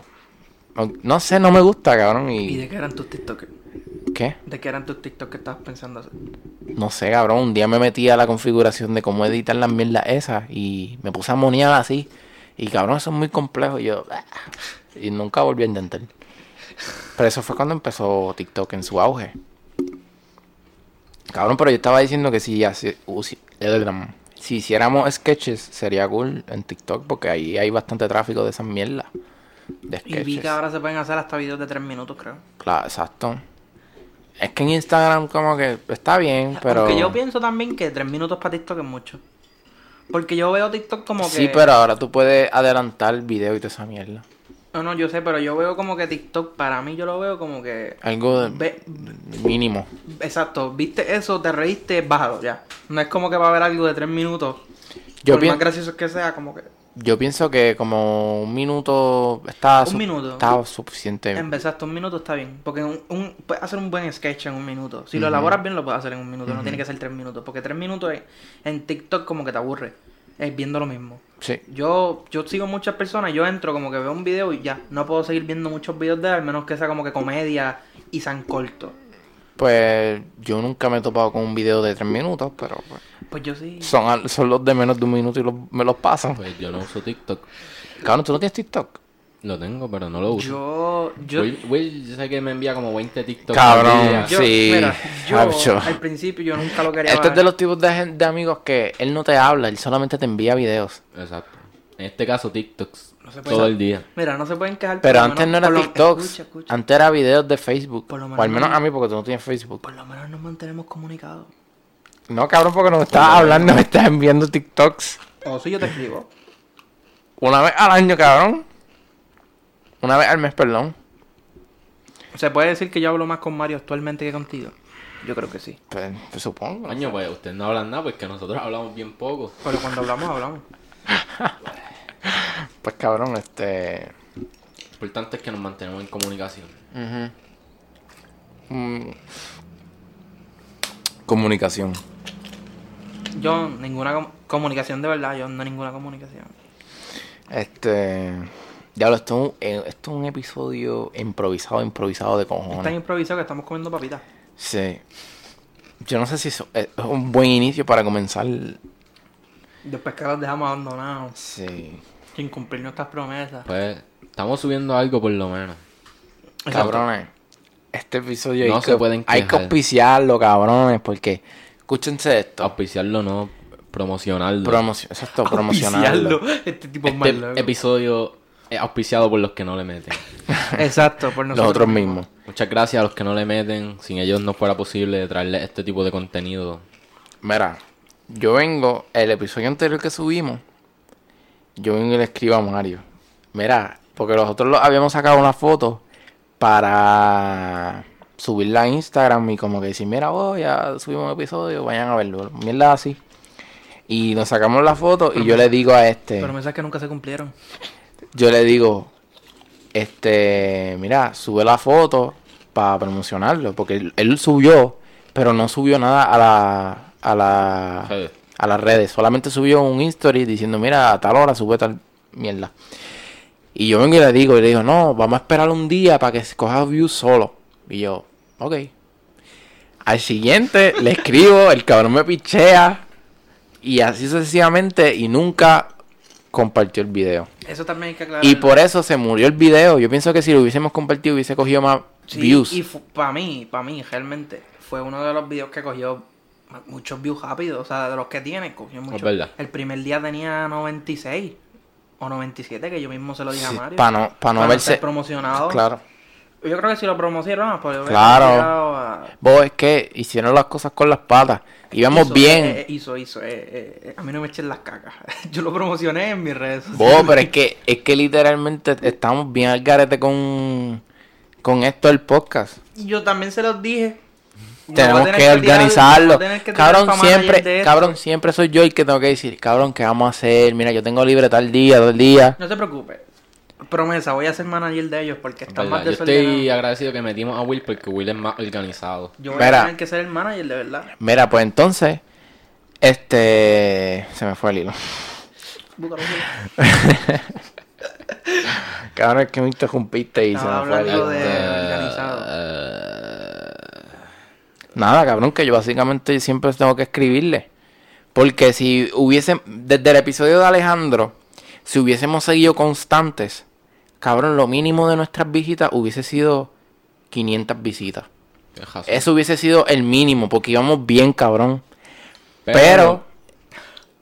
Speaker 4: o- no sé, no me gusta, cabrón.
Speaker 1: ¿Y de
Speaker 4: ¿Y
Speaker 1: qué eran tus TikTokers?
Speaker 4: qué?
Speaker 1: ¿De qué eran tus TikToks que estabas pensando hacer?
Speaker 4: No sé, cabrón. Un día me metí a la configuración de cómo editar las mierdas esas y me puse a monear así. Y cabrón, eso es muy complejo. Y yo. "Ah". Y nunca volví a intentar. Pero eso fue cuando empezó TikTok en su auge. Cabrón, pero yo estaba diciendo que si, hace- usi- si hiciéramos sketches sería cool en TikTok porque ahí hay bastante tráfico de esas mierdas. De
Speaker 1: Y
Speaker 4: sketches.
Speaker 1: vi que ahora se pueden hacer hasta videos de tres minutos, creo.
Speaker 4: Claro, exacto. Es que en Instagram como que está bien, pero...
Speaker 1: Aunque yo pienso también que tres minutos para TikTok es mucho. Porque yo veo TikTok como que.
Speaker 4: Sí, pero ahora tú puedes adelantar el video y toda esa mierda.
Speaker 1: No, no, yo sé, pero yo veo como que TikTok, para mí yo lo veo como que.
Speaker 4: Algo de-
Speaker 1: ve-
Speaker 4: mínimo.
Speaker 1: Exacto, viste eso, te reíste, bájalo ya. No es como que va a haber algo de tres minutos.
Speaker 4: Yo,
Speaker 1: por
Speaker 4: pien-
Speaker 1: más gracioso que sea, como que.
Speaker 4: yo pienso que como un minuto está,
Speaker 1: Un
Speaker 4: su-
Speaker 1: minuto.
Speaker 4: está suficiente.
Speaker 1: En vez hasta un minuto está bien. Porque un, un- puedes hacer un buen sketch en un minuto. Si lo elaboras bien, lo puedes hacer en un minuto. No tiene que ser tres minutos. Porque tres minutos en, en TikTok como que te aburre. Es viendo lo mismo.
Speaker 4: Sí.
Speaker 1: Yo, yo sigo muchas personas, yo entro como que veo un video y ya. No puedo seguir viendo muchos videos de él, al menos que sea como que comedia y san corto.
Speaker 4: Pues yo nunca me he topado con un video de tres minutos, pero pues,
Speaker 1: Pues yo sí.
Speaker 4: son, al- son los de menos de un minuto y los- me los pasan.
Speaker 2: Pues yo no uso TikTok.
Speaker 4: Cabrón, ¿tú no tienes TikTok?
Speaker 2: Lo tengo, pero no lo uso.
Speaker 1: Yo, yo,
Speaker 2: Will, Will, yo sé que me envía como 20 TikTok.
Speaker 4: Cabrón.
Speaker 2: al día.
Speaker 1: yo-
Speaker 4: sí,
Speaker 1: mira, yo
Speaker 4: Hacho.
Speaker 1: al principio yo nunca lo quería
Speaker 4: Este es
Speaker 1: bajar.
Speaker 4: de los tipos de, gen- de amigos que él no te habla, él solamente te envía videos.
Speaker 2: Exacto. En este caso, TikToks.
Speaker 1: No se puede
Speaker 2: todo
Speaker 1: hacer.
Speaker 2: el día.
Speaker 1: Mira, no se pueden quejar.
Speaker 4: Pero
Speaker 1: por lo
Speaker 4: antes
Speaker 1: menos-
Speaker 4: no era
Speaker 1: por lo-
Speaker 4: TikTok,
Speaker 1: Escucha, escucha.
Speaker 4: antes era videos de Facebook.
Speaker 1: Por lo
Speaker 4: o al
Speaker 1: menos-
Speaker 4: menos a mí porque tú no tienes Facebook.
Speaker 1: Por lo menos nos mantenemos comunicados.
Speaker 4: No, cabrón, porque no me estás hablando, me estás enviando TikToks
Speaker 1: O si yo te escribo.
Speaker 4: una vez al año, cabrón. Una vez al mes, perdón.
Speaker 1: ¿Se puede decir que yo hablo más con Mario actualmente que contigo? Yo creo que sí.
Speaker 4: Pues, pues, supongo.
Speaker 2: Coño, pues ustedes no hablan nada, porque nosotros hablamos bien poco.
Speaker 1: Pero cuando hablamos, hablamos.
Speaker 4: Pues cabrón, este.
Speaker 2: Lo importante es que nos mantenemos en comunicación.
Speaker 4: ujú. Mm. Comunicación.
Speaker 1: Yo, ninguna com- comunicación de verdad, yo no ninguna comunicación.
Speaker 4: Este. Diablo, esto es un, eh, esto es un episodio improvisado, improvisado de
Speaker 1: Es tan
Speaker 4: cojones.
Speaker 1: improvisado que estamos comiendo papitas.
Speaker 4: Sí. Yo no sé si eso es un buen inicio para comenzar.
Speaker 1: Después que las dejamos abandonados,
Speaker 4: Sí.
Speaker 1: sin cumplir nuestras promesas.
Speaker 2: Pues estamos subiendo algo por lo menos.
Speaker 4: Cabrones, este episodio
Speaker 2: No
Speaker 4: hay,
Speaker 2: se
Speaker 4: que,
Speaker 2: pueden
Speaker 4: hay que
Speaker 2: quejar.
Speaker 4: auspiciarlo, cabrones, porque escúchense esto.
Speaker 2: Auspiciarlo no, promocionarlo.
Speaker 4: Promocio, exacto, promocionarlo.
Speaker 1: Auspiciarlo. Este tipo es más
Speaker 2: este
Speaker 1: loco.
Speaker 2: episodio es auspiciado por los que no le meten.
Speaker 1: Exacto, por
Speaker 4: Nosotros
Speaker 1: nosotros
Speaker 4: mismos.
Speaker 2: Muchas gracias a los que no le meten. Sin ellos no fuera posible traerles este tipo de contenido.
Speaker 4: Mira, yo vengo, el episodio anterior que subimos, yo vengo y le escribo a Mario. Mira, porque nosotros lo- habíamos sacado una foto para subirla a Instagram y como que decir, mira, oh, ya subimos un episodio, vayan a verlo. Mierda así. Y nos sacamos la foto y yo le digo a este.
Speaker 1: Promesas que nunca se cumplieron.
Speaker 4: yo le digo, este, mira, sube la foto para promocionarlo, porque él, él subió, pero no subió nada a la, a
Speaker 1: Ah.
Speaker 4: la,
Speaker 2: Redes.
Speaker 4: a las redes, solamente subió un history diciendo, mira, a tal hora sube tal mierda. Y yo vengo y le digo, y le digo, no, vamos a esperar un día para que se coja view solo. Y yo, ok. Al siguiente le escribo, el cabrón me pichea. Y así sucesivamente, y nunca compartió el video.
Speaker 1: Eso también hay que aclarar.
Speaker 4: Y por eso se murió el video. Yo pienso que si lo hubiésemos compartido hubiese cogido más
Speaker 1: Sí,
Speaker 4: views.
Speaker 1: Y para mí, para mí, realmente, fue uno de los videos que cogió muchos views rápidos. O sea, de los que tiene, cogió muchos.
Speaker 2: verdad.
Speaker 1: El primer día tenía 96 o 97, que yo mismo se lo dije a Mario.
Speaker 4: para no, pa' no
Speaker 1: Para
Speaker 4: verse.
Speaker 1: ser promocionado.
Speaker 4: Claro.
Speaker 1: Yo creo que si lo promocionaron, pues hubiera
Speaker 4: Claro.
Speaker 1: llegado a-
Speaker 4: Vos es que hicieron las cosas con las patas. Íbamos
Speaker 1: hizo,
Speaker 4: bien.
Speaker 1: eh, eh, hizo, hizo. eh, eh, eh, a mí no me echen las cacas. Yo lo promocioné en mis redes sociales.
Speaker 4: Bo, pero es que, es que literalmente estamos bien al garete con, con esto del podcast.
Speaker 1: Yo también se los dije. Me voy a
Speaker 4: tenemos
Speaker 1: tener
Speaker 4: que
Speaker 1: tirar-
Speaker 4: organizarlo.
Speaker 1: voy a tener que tirar
Speaker 4: cabrón,
Speaker 1: pa' manager de
Speaker 4: siempre,
Speaker 1: esto.
Speaker 4: cabrón, siempre soy yo el que tengo que decir, cabrón, ¿qué vamos a hacer? Mira, yo tengo libre tal día, tal día.
Speaker 1: No te preocupes. Promesa, voy a ser manager de ellos porque están
Speaker 2: Verdad,
Speaker 1: más
Speaker 2: Yo estoy
Speaker 1: desordenados.
Speaker 2: agradecido que metimos a Will porque Will es más organizado.
Speaker 1: Yo voy
Speaker 4: Mira.
Speaker 1: a tener que ser el manager, de verdad.
Speaker 4: Mira, pues entonces, este se me fue el hilo.
Speaker 1: Puta, no sé.
Speaker 4: Cabrón, es que me interrumpiste y se
Speaker 1: Estaba
Speaker 4: me fue el
Speaker 1: hablando
Speaker 4: hilo.
Speaker 1: de
Speaker 2: Eh,
Speaker 1: organizado.
Speaker 4: Nada, cabrón, que yo básicamente siempre tengo que escribirle. Porque si hubiese, desde el episodio de Alejandro, si hubiésemos seguido constantes, cabrón, lo mínimo de nuestras visitas hubiese sido 500 visitas.
Speaker 2: tienes razón.
Speaker 4: Eso hubiese sido el mínimo, porque íbamos bien, cabrón. Pero,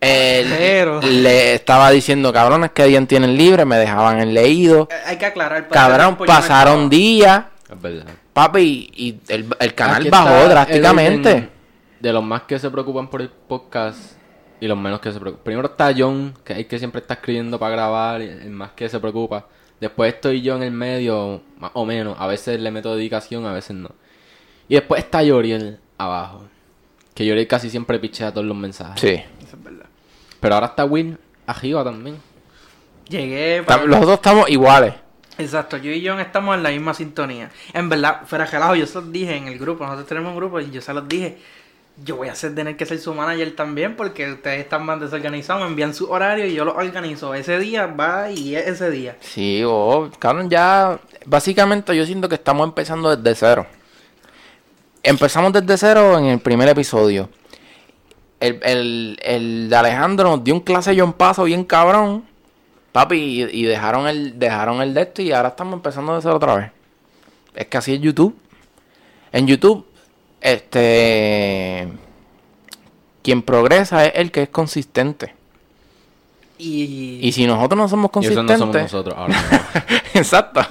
Speaker 4: él
Speaker 1: Pero.
Speaker 4: le estaba diciendo, cabrones, que día tienen libre? Me dejaban en leído.
Speaker 1: Eh, Hay que aclarar. para
Speaker 4: Cabrón,
Speaker 1: ese tiempo yo no
Speaker 4: pasaron
Speaker 1: estaba.
Speaker 4: días,
Speaker 2: es verdad.
Speaker 4: papi, y el, el canal
Speaker 2: Aquí está
Speaker 4: bajó
Speaker 2: el
Speaker 4: drásticamente.
Speaker 2: orden De los más que se preocupan por el podcast y los menos que se preocupan. Primero está John, que es el que siempre está escribiendo para grabar, el más que se preocupa. Después estoy yo en el medio, más o menos. A veces le meto dedicación, a veces no. Y después está Yoriel abajo. Que Yoriel casi siempre pichea todos los mensajes.
Speaker 4: Sí.
Speaker 1: Eso es verdad.
Speaker 2: Pero ahora está Will arriba también.
Speaker 1: Llegué. para-
Speaker 4: Tam- Los dos estamos iguales.
Speaker 1: Exacto, yo y John estamos en la misma sintonía. En verdad, fuera gelado, yo se los dije en el grupo, nosotros tenemos un grupo y yo se los dije. Yo voy a hacer, tener que ser su manager también porque ustedes están más desorganizados, me envían su horario y yo lo organizo. Ese día va y es ese día.
Speaker 4: Sí, oh, cabrón, ya. Básicamente yo siento que estamos empezando desde cero. Empezamos desde cero en el primer episodio. El, el- el de Alejandro nos dio un clase John Paso bien cabrón. Papi, y, y dejaron el, dejaron el de esto y ahora estamos empezando de cero otra vez. Es que así es YouTube. En YouTube, este. Quien progresa es el que es consistente.
Speaker 1: Y,
Speaker 4: Y si nosotros no somos
Speaker 2: Y eso
Speaker 4: consistentes.
Speaker 2: no somos nosotros ahora.
Speaker 4: Exacto.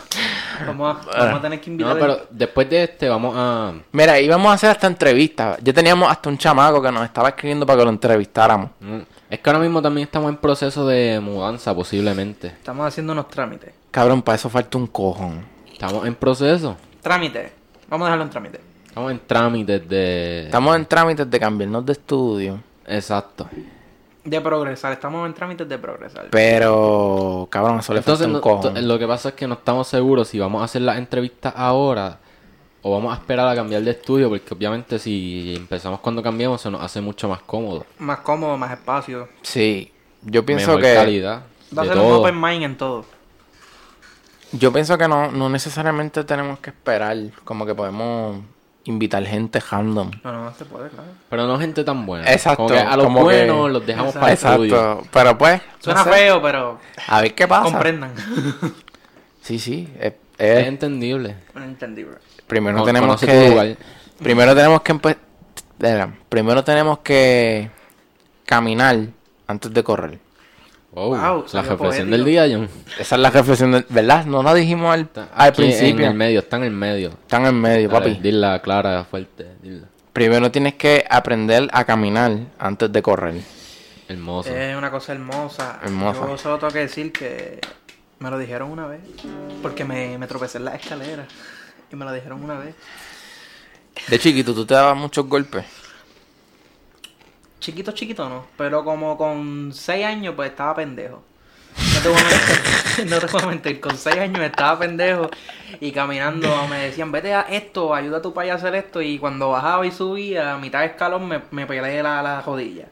Speaker 1: vamos, a,
Speaker 4: Ah.
Speaker 1: vamos a tener que invitar.
Speaker 2: no, pero después de este vamos a...
Speaker 4: Mira, íbamos a hacer hasta entrevistas. Ya teníamos hasta un chamaco que nos estaba escribiendo para que lo entrevistáramos.
Speaker 2: Mm. Es que ahora mismo también estamos en proceso de mudanza posiblemente.
Speaker 1: Estamos haciendo unos trámites.
Speaker 4: Cabrón, para eso falta un cojón.
Speaker 2: Estamos en proceso.
Speaker 1: Trámites, vamos a dejarlo en trámite.
Speaker 2: Estamos en trámites de...
Speaker 4: Estamos en trámites de cambiarnos de estudio.
Speaker 2: Exacto.
Speaker 1: De progresar, estamos en trámites de progresar.
Speaker 4: Pero, cabrón, eso le falta
Speaker 2: Entonces
Speaker 4: un
Speaker 2: no- to-
Speaker 4: cojón.
Speaker 2: lo que pasa es que no estamos seguros si vamos a hacer las entrevistas ahora o vamos a esperar a cambiar de estudio porque obviamente si empezamos cuando cambiamos se nos hace mucho más cómodo.
Speaker 1: Más cómodo, más espacio.
Speaker 4: Sí, yo pienso
Speaker 2: Mejor
Speaker 4: que.
Speaker 2: calidad.
Speaker 1: Va a
Speaker 2: de
Speaker 1: ser un
Speaker 2: todo.
Speaker 1: open mind en todo.
Speaker 4: Yo pienso que no, no necesariamente tenemos que esperar. Como que podemos invitar gente random.
Speaker 1: No, no, no se puede, claro.
Speaker 2: Pero no gente tan buena.
Speaker 4: Exacto,
Speaker 2: Como que a los
Speaker 4: como que-
Speaker 2: buenos los dejamos para el estudio.
Speaker 4: Exacto. Pero pues. no
Speaker 1: Suena
Speaker 4: sé.
Speaker 1: feo, pero
Speaker 4: A ver qué
Speaker 2: Ah,
Speaker 4: pasa.
Speaker 1: comprendan.
Speaker 4: Sí, sí. es-
Speaker 2: Es
Speaker 4: es-
Speaker 2: entendible.
Speaker 1: no entendí, bro.
Speaker 4: Primero
Speaker 2: Con-
Speaker 4: tenemos
Speaker 2: conoce
Speaker 4: que.
Speaker 2: tu lugar.
Speaker 4: Primero tenemos que empe- espera, Primero tenemos que caminar antes de correr.
Speaker 2: Wow,
Speaker 1: Wow,
Speaker 2: la
Speaker 1: salió poético.
Speaker 2: reflexión del día, John.
Speaker 4: Esa es la reflexión, de- ¿verdad? No la dijimos al, al
Speaker 2: Aquí
Speaker 4: principio.
Speaker 2: En el medio, está en el medio.
Speaker 4: Están en medio,
Speaker 2: Dale,
Speaker 4: papi.
Speaker 2: Dila clara, fuerte, dila.
Speaker 4: Primero tienes que aprender a caminar antes de correr.
Speaker 2: Hermoso.
Speaker 1: Es una cosa hermosa.
Speaker 4: Hermosa.
Speaker 1: Yo solo tengo que decir que me lo dijeron una vez. Porque me, me tropecé en la escalera. Y me lo dijeron una vez.
Speaker 4: De chiquito, tú te dabas muchos golpes.
Speaker 1: Chiquito, chiquito no. Pero como con 6 años, pues estaba pendejo. No te voy a mentir. no te voy a mentir. Con 6 años estaba pendejo. Y caminando me decían, vete a esto, ayuda a tu país a hacer esto. Y cuando bajaba y subía, a mitad de escalón me, me peleé la, la rodilla.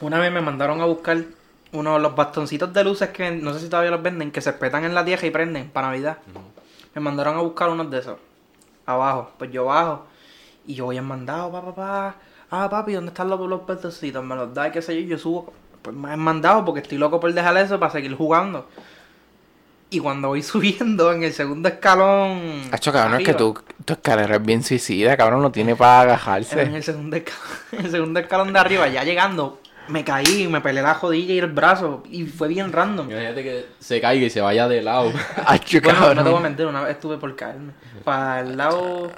Speaker 1: Una vez me mandaron a buscar uno de los bastoncitos de luces que no sé si todavía los venden, que se espetan en la tierra y prenden para Navidad. Me mandaron a buscar unos de esos. Abajo. Pues yo bajo. Y yo voy al mandado, papá, papá. Ah, papi, ¿dónde están los, los bastoncitos? Me los da y qué sé yo. y Yo subo pues, más en mandado porque estoy loco por dejar eso para seguir jugando. Y cuando voy subiendo en el segundo escalón.
Speaker 4: Hacho, cabrón, es que
Speaker 1: arriba,
Speaker 4: tú, tu escalera es bien suicida, cabrón, no tiene para agajarse.
Speaker 1: En el, segundo esca- en el segundo escalón de arriba, ya llegando, me caí, me peleé la rodilla y el brazo. Y fue bien random.
Speaker 2: Imagínate que se caiga y se vaya de lado.
Speaker 4: Hacho,
Speaker 1: Bueno, no te voy a
Speaker 4: cabrón.
Speaker 1: mentir, una vez estuve por caerme. Para el lado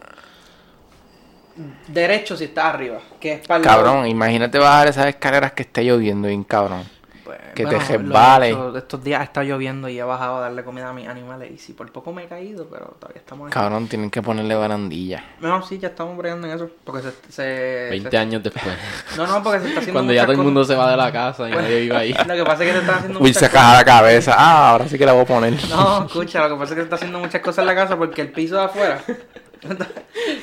Speaker 1: derecho si estás arriba, que es para el lado-
Speaker 4: Cabrón, imagínate bajar esas escaleras que esté lloviendo bien, cabrón.
Speaker 1: Bueno,
Speaker 4: que te
Speaker 1: lo he
Speaker 4: resbale.
Speaker 1: hecho. Estos días está lloviendo y he bajado a darle comida a mis animales. Y si por poco me he caído, pero todavía estamos aquí.
Speaker 4: Cabrón, tienen que ponerle barandilla.
Speaker 1: No, sí, ya estamos bregando en eso. Porque se. se-
Speaker 2: 20
Speaker 1: se-
Speaker 2: años después.
Speaker 1: No, no, porque se está haciendo.
Speaker 2: Cuando ya todo
Speaker 1: muchas
Speaker 2: el mundo se va de la casa y
Speaker 1: Bueno.
Speaker 2: nadie vive ahí.
Speaker 1: cosas- Lo que pasa es que se está haciendo.
Speaker 4: Uy,
Speaker 1: muchas
Speaker 4: se caja la cabeza. Ah, ahora sí que la voy a poner.
Speaker 1: No, escucha, lo que pasa es que se está haciendo muchas cosas en la casa porque el piso de afuera.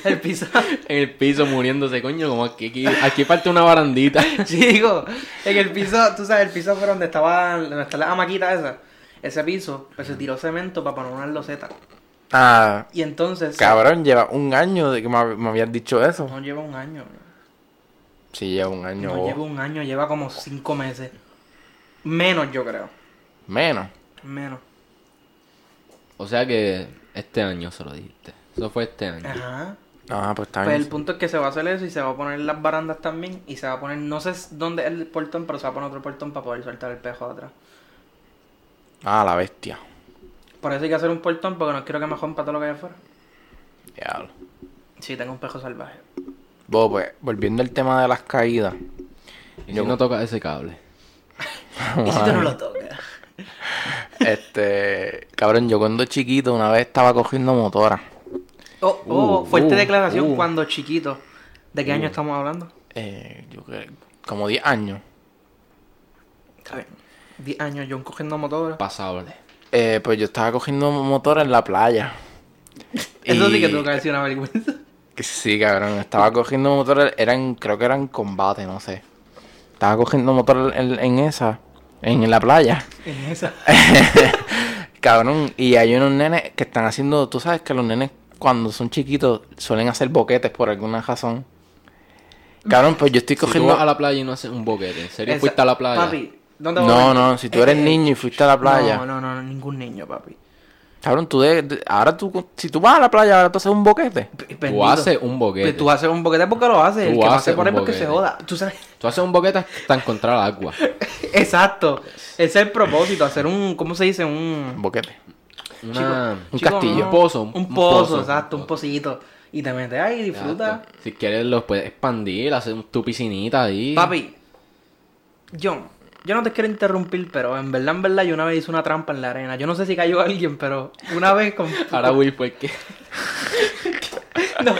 Speaker 1: El piso.
Speaker 2: En el piso muriéndose, coño, como aquí, aquí, aquí parte una barandita.
Speaker 1: Chico, en el piso, tú sabes, el piso afuera donde estaba donde está la maquita esa. Ese piso, pues se tiró cemento para poner una loseta.
Speaker 4: Ah,
Speaker 1: Y entonces.
Speaker 4: cabrón, lleva un año de que me, hab- me habías dicho eso.
Speaker 1: No lleva un año. bro.
Speaker 4: Sí, lleva un año.
Speaker 1: No lleva un año, lleva como cinco meses. Menos, yo creo.
Speaker 4: Menos.
Speaker 1: Menos.
Speaker 2: O sea que este año se lo dijiste. Eso fue este año.
Speaker 1: Ajá.
Speaker 4: Ah, pues está
Speaker 1: Pues el
Speaker 4: bien.
Speaker 1: punto es que se va a hacer eso y se va a poner las barandas también. Y se va a poner, no sé dónde es el portón, pero se va a poner otro portón para poder soltar el pejo de atrás.
Speaker 4: Ah, la bestia.
Speaker 1: Por eso hay que hacer un portón porque no quiero que me rompa todo lo que hay afuera.
Speaker 4: Diablo.
Speaker 1: Sí, tengo un pejo salvaje.
Speaker 4: Bo, pues, volviendo al tema de las caídas.
Speaker 2: Y
Speaker 4: Yo-
Speaker 2: si no toca ese cable. Ah.
Speaker 1: Y si tú no lo tocas.
Speaker 4: Este, cabrón, yo cuando chiquito una vez estaba cogiendo motora.
Speaker 1: Oh, oh,
Speaker 2: Uh,
Speaker 1: fuerte
Speaker 2: uh,
Speaker 1: declaración
Speaker 2: uh.
Speaker 1: cuando chiquito. ¿De qué año estamos hablando?
Speaker 4: Eh, yo creo, como 10 años.
Speaker 1: Está bien. 10 años, yo cogiendo motora.
Speaker 2: Pasable.
Speaker 4: Eh, pues yo estaba cogiendo motora en la playa.
Speaker 1: Eso sí que
Speaker 4: Y-
Speaker 1: tuvo que haber sido una vergüenza.
Speaker 4: Sí, cabrón, estaba cogiendo motor, eran, creo que eran combate, no sé. Estaba cogiendo motor en, en esa, en la playa.
Speaker 1: En esa.
Speaker 4: Cabrón, y hay unos nenes que están haciendo, tú sabes que los nenes cuando son chiquitos suelen hacer boquetes por alguna razón. Cabrón, pues yo estoy
Speaker 2: Si tú
Speaker 4: cogiendo...
Speaker 2: vas a la playa y no haces un boquete, ¿en serio
Speaker 1: Esa-
Speaker 2: fuiste a la playa?
Speaker 1: Papi, ¿dónde voy?
Speaker 4: No, no, si tú eres
Speaker 1: Eh,
Speaker 4: niño y fuiste a la playa.
Speaker 1: No, no, no, ningún niño, papi.
Speaker 4: Cabrón, tú de- de- ahora tú, si tú vas a la playa, ahora tú haces un boquete.
Speaker 1: P-
Speaker 2: Tú
Speaker 1: bendito.
Speaker 2: haces un boquete.
Speaker 1: Pues Tú haces un boquete porque lo haces.
Speaker 2: Tú
Speaker 1: el que pase
Speaker 2: haces
Speaker 1: por ahí
Speaker 2: un
Speaker 1: porque se
Speaker 2: boquete.
Speaker 1: joda. Tú sabes.
Speaker 2: Tú haces un boquete hasta encontrar agua.
Speaker 1: Exacto. Ese es el propósito. Hacer un. ¿Cómo se dice? Un.
Speaker 4: Un boquete.
Speaker 2: Una...
Speaker 4: Un
Speaker 1: chico,
Speaker 4: castillo.
Speaker 1: no.
Speaker 2: Un pozo,
Speaker 1: Un,
Speaker 2: un-
Speaker 1: pozo,
Speaker 2: un pozo,
Speaker 1: exacto.
Speaker 2: un
Speaker 1: Un pocillito. Y te metes ahí y disfruta.
Speaker 2: Exacto. Si quieres los puedes expandir, hacer un- tu piscinita ahí.
Speaker 1: Papi. John. Yo no te quiero interrumpir, pero en verdad, en verdad, yo una vez hice una trampa en la arena. Yo no sé si cayó alguien, pero una vez con...
Speaker 2: Ahora Will pues que...
Speaker 1: No,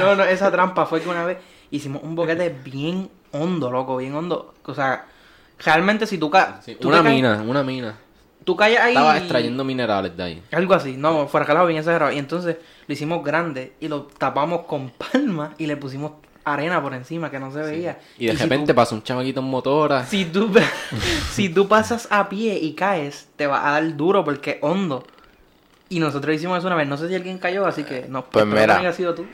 Speaker 1: no, no, esa trampa fue que una vez hicimos un boquete bien hondo, loco, bien hondo. O sea, realmente si tú, ca
Speaker 2: Sí,
Speaker 1: tú te
Speaker 2: una
Speaker 1: caes-
Speaker 2: mina, una mina.
Speaker 1: tú caes ahí.
Speaker 2: Estaba extrayendo minerales de ahí.
Speaker 1: Algo así, no, fuera jalado bien exagerado. Y entonces lo hicimos grande y lo tapamos con palmas y le pusimos arena por encima que no se veía.
Speaker 2: Y de
Speaker 1: si
Speaker 2: repente pasa un chamaquito en motora.
Speaker 1: Si tú, si tú pasas a pie y caes, te va a dar duro porque es hondo. Y nosotros hicimos eso una vez. No sé si alguien cayó, así que no.
Speaker 4: Pues
Speaker 1: espero que
Speaker 4: mira.
Speaker 1: no haya sido tú.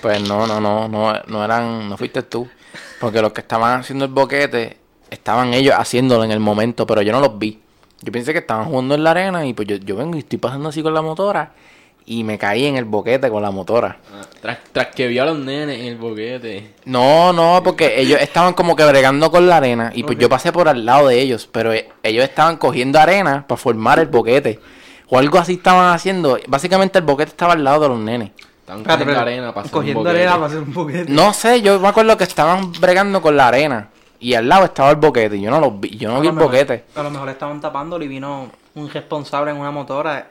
Speaker 4: Pues no, no, no, no, no eran, no fuiste tú. Porque los que estaban haciendo el boquete, estaban ellos haciéndolo en el momento, pero yo no los vi. Yo pensé que estaban jugando en la arena y pues yo, yo vengo y estoy pasando así con la motora y me caí en el boquete con la motora.
Speaker 2: Ah, Tras, tras que vio a los nenes en el boquete.
Speaker 4: No, no, porque ellos estaban como que bregando con la arena y pues yo pasé por al lado de ellos, pero e- ellos estaban cogiendo arena para formar el boquete. O algo así estaban haciendo. Básicamente el boquete estaba al lado de los nenes.
Speaker 2: Estaban
Speaker 1: Espérate,
Speaker 2: cogiendo
Speaker 1: espérate.
Speaker 2: arena para hacer un
Speaker 1: Cogiendo
Speaker 2: boquete.
Speaker 1: arena para hacer un boquete.
Speaker 4: No sé, yo me acuerdo que estaban bregando con la arena y al lado estaba el boquete. y Yo no los vi, yo no vi
Speaker 1: A
Speaker 4: el
Speaker 1: lo mejor-
Speaker 4: boquete.
Speaker 1: A lo mejor estaban tapándolo y vino un responsable en una motora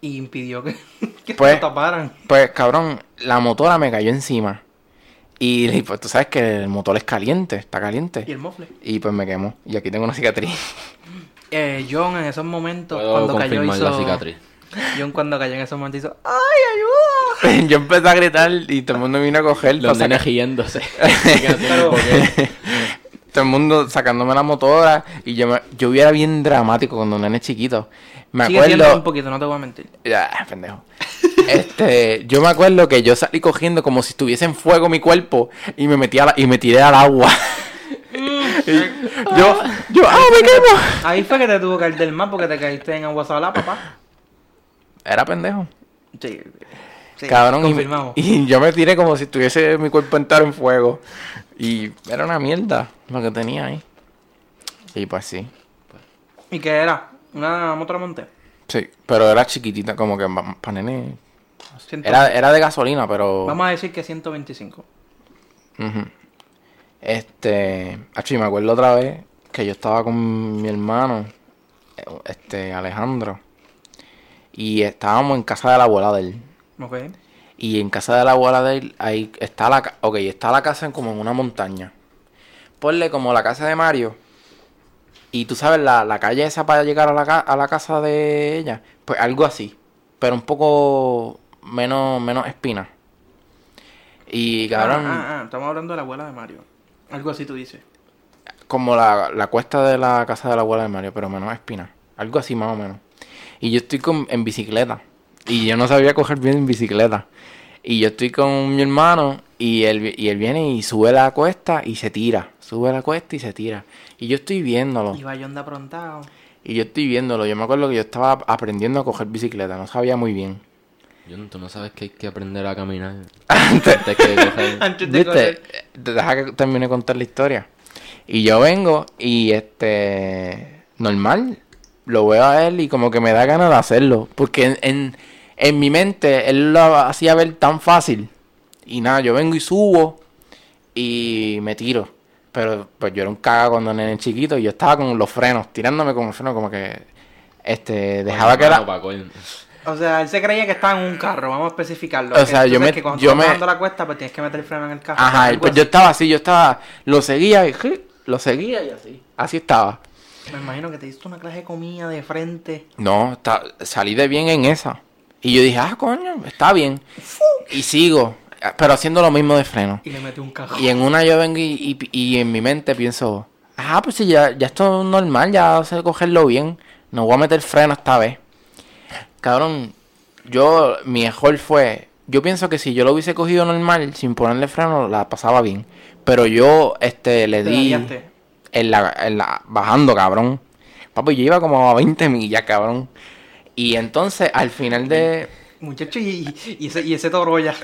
Speaker 1: y impidió que, que
Speaker 4: Pues-
Speaker 1: lo taparan.
Speaker 4: Pues cabrón, la motora me cayó encima. Y y, pues tú sabes que el motor es caliente, está
Speaker 1: Y
Speaker 4: caliente.
Speaker 1: el mofle.
Speaker 4: Y pues me quemó. Y aquí tengo una cicatriz.
Speaker 1: Eh, John en esos momentos,
Speaker 2: Puedo
Speaker 1: cuando cayó,
Speaker 2: confirmar
Speaker 1: hizo.
Speaker 2: la cicatriz.
Speaker 1: John cuando cayó en esos momentos hizo. "Ah, ¡Ay,
Speaker 4: yo empecé a gritar y todo el mundo vino a coger.
Speaker 2: Los
Speaker 4: para
Speaker 2: nenes riéndose. Que no tienen
Speaker 1: Pero-
Speaker 2: boquete.
Speaker 4: Todo el mundo sacándome la motora y yo, me, yo era bien dramático cuando un nene chiquito. Me
Speaker 1: ayuda! Sigue siendo un
Speaker 4: acuerdo.
Speaker 1: poquito, no te voy a mentir.
Speaker 4: Ah, pendejo. Este, yo me acuerdo que yo salí cogiendo como si estuviese en fuego mi cuerpo y me metí a la- y me tiré al agua.
Speaker 1: Mm,
Speaker 4: Y yo, yo, ah, me quemo.
Speaker 1: Ahí fue que te tuvo que caer del mar porque te caíste en agua salada, papá.
Speaker 4: Era pendejo.
Speaker 1: Sí, sí,
Speaker 4: Cabrón, y-
Speaker 1: confirmamos.
Speaker 4: Y, yo me tiré como si estuviese mi cuerpo entero en fuego. Y era una mierda lo que tenía ahí. Y pues sí.
Speaker 1: ¿Y qué era? ¿Una motoramonte?
Speaker 4: Sí, pero era chiquitita, como que para nene.
Speaker 1: Ciento-
Speaker 4: Era, era de gasolina, pero.
Speaker 1: Vamos a decir que 125.
Speaker 4: Ujú. Este. Achi, me acuerdo otra vez que yo estaba con mi hermano, eh, este, Alejandro. Y estábamos en casa de la abuela de él.
Speaker 1: Ok.
Speaker 4: Y en casa de la abuela de él, ahí está la, ca- ok, está la casa en- como en una montaña. Ponle como la casa de Mario. Y tú sabes, la, la calle esa para llegar a la, ca- a la casa de ella. Pues algo así. Pero un poco menos, menos espina. Y cabrón,
Speaker 1: Ah, ah, ah, estamos hablando de la abuela de Mario. Algo así tú dices.
Speaker 4: como la, la cuesta de la casa de la abuela de Mario, pero menos espina. Algo así más o menos. Y yo estoy con, en bicicleta. Y yo no sabía coger bien en bicicleta. Y yo estoy con mi hermano y él, vi- y él viene y sube la cuesta y se tira. Sube la cuesta y se tira. Y yo estoy viéndolo.
Speaker 1: Y Bayonda aprontado.
Speaker 4: Y yo estoy viéndolo. Yo me acuerdo que yo estaba aprendiendo a coger bicicleta. No sabía muy bien.
Speaker 2: John, tú no sabes que hay que aprender a caminar. Antes de que coger-
Speaker 1: Antes de
Speaker 4: ¿Viste?
Speaker 1: correr.
Speaker 4: Eh, Deja que termine de contar la historia. Y yo vengo y este. Normal. Lo veo a él y como que me da ganas de hacerlo. Porque en, en, en mi mente él lo hacía ver tan fácil. Y nada, yo vengo y subo y me tiro. Pero pues yo era un caga cuando nene chiquito y yo estaba con los frenos, tirándome con el freno, como que. Este. Dejaba que
Speaker 2: Mano,
Speaker 4: la.
Speaker 2: pa' coger.
Speaker 1: O sea, él se creía que estaba en un carro, vamos a especificarlo.
Speaker 4: O
Speaker 1: Que
Speaker 4: sea,
Speaker 1: entonces
Speaker 4: yo me-
Speaker 1: Que cuando
Speaker 4: yo
Speaker 1: tú vas
Speaker 4: me-
Speaker 1: bajando la cuesta, pues tienes que meter el freno en el carro.
Speaker 4: Ajá,
Speaker 1: Algo
Speaker 4: pues yo
Speaker 1: así.
Speaker 4: estaba así, yo estaba. Lo seguía y. Lo seguía y así. Así estaba.
Speaker 1: Me imagino que te diste una clase de comida de frente.
Speaker 4: No, está- salí de bien en esa. Y yo dije, ah, coño, está bien. Y sigo, pero haciendo lo mismo de freno.
Speaker 1: Y le metí un cajón.
Speaker 4: Y en una yo vengo y, y- y en mi mente pienso, ah, pues si ya, ya esto es normal, ya sé cogerlo bien. No voy a meter freno esta vez. Cabrón, yo, mi error fue, yo pienso que si yo lo hubiese cogido normal, sin ponerle freno, la pasaba bien. Pero yo, este, le
Speaker 1: Te
Speaker 4: di
Speaker 1: dañaste.
Speaker 4: en la, en la- bajando, cabrón. Papi, yo iba como a 20 millas, cabrón. Y entonces, al final de...
Speaker 1: Muchacho, y, y ese, y ese toro ya.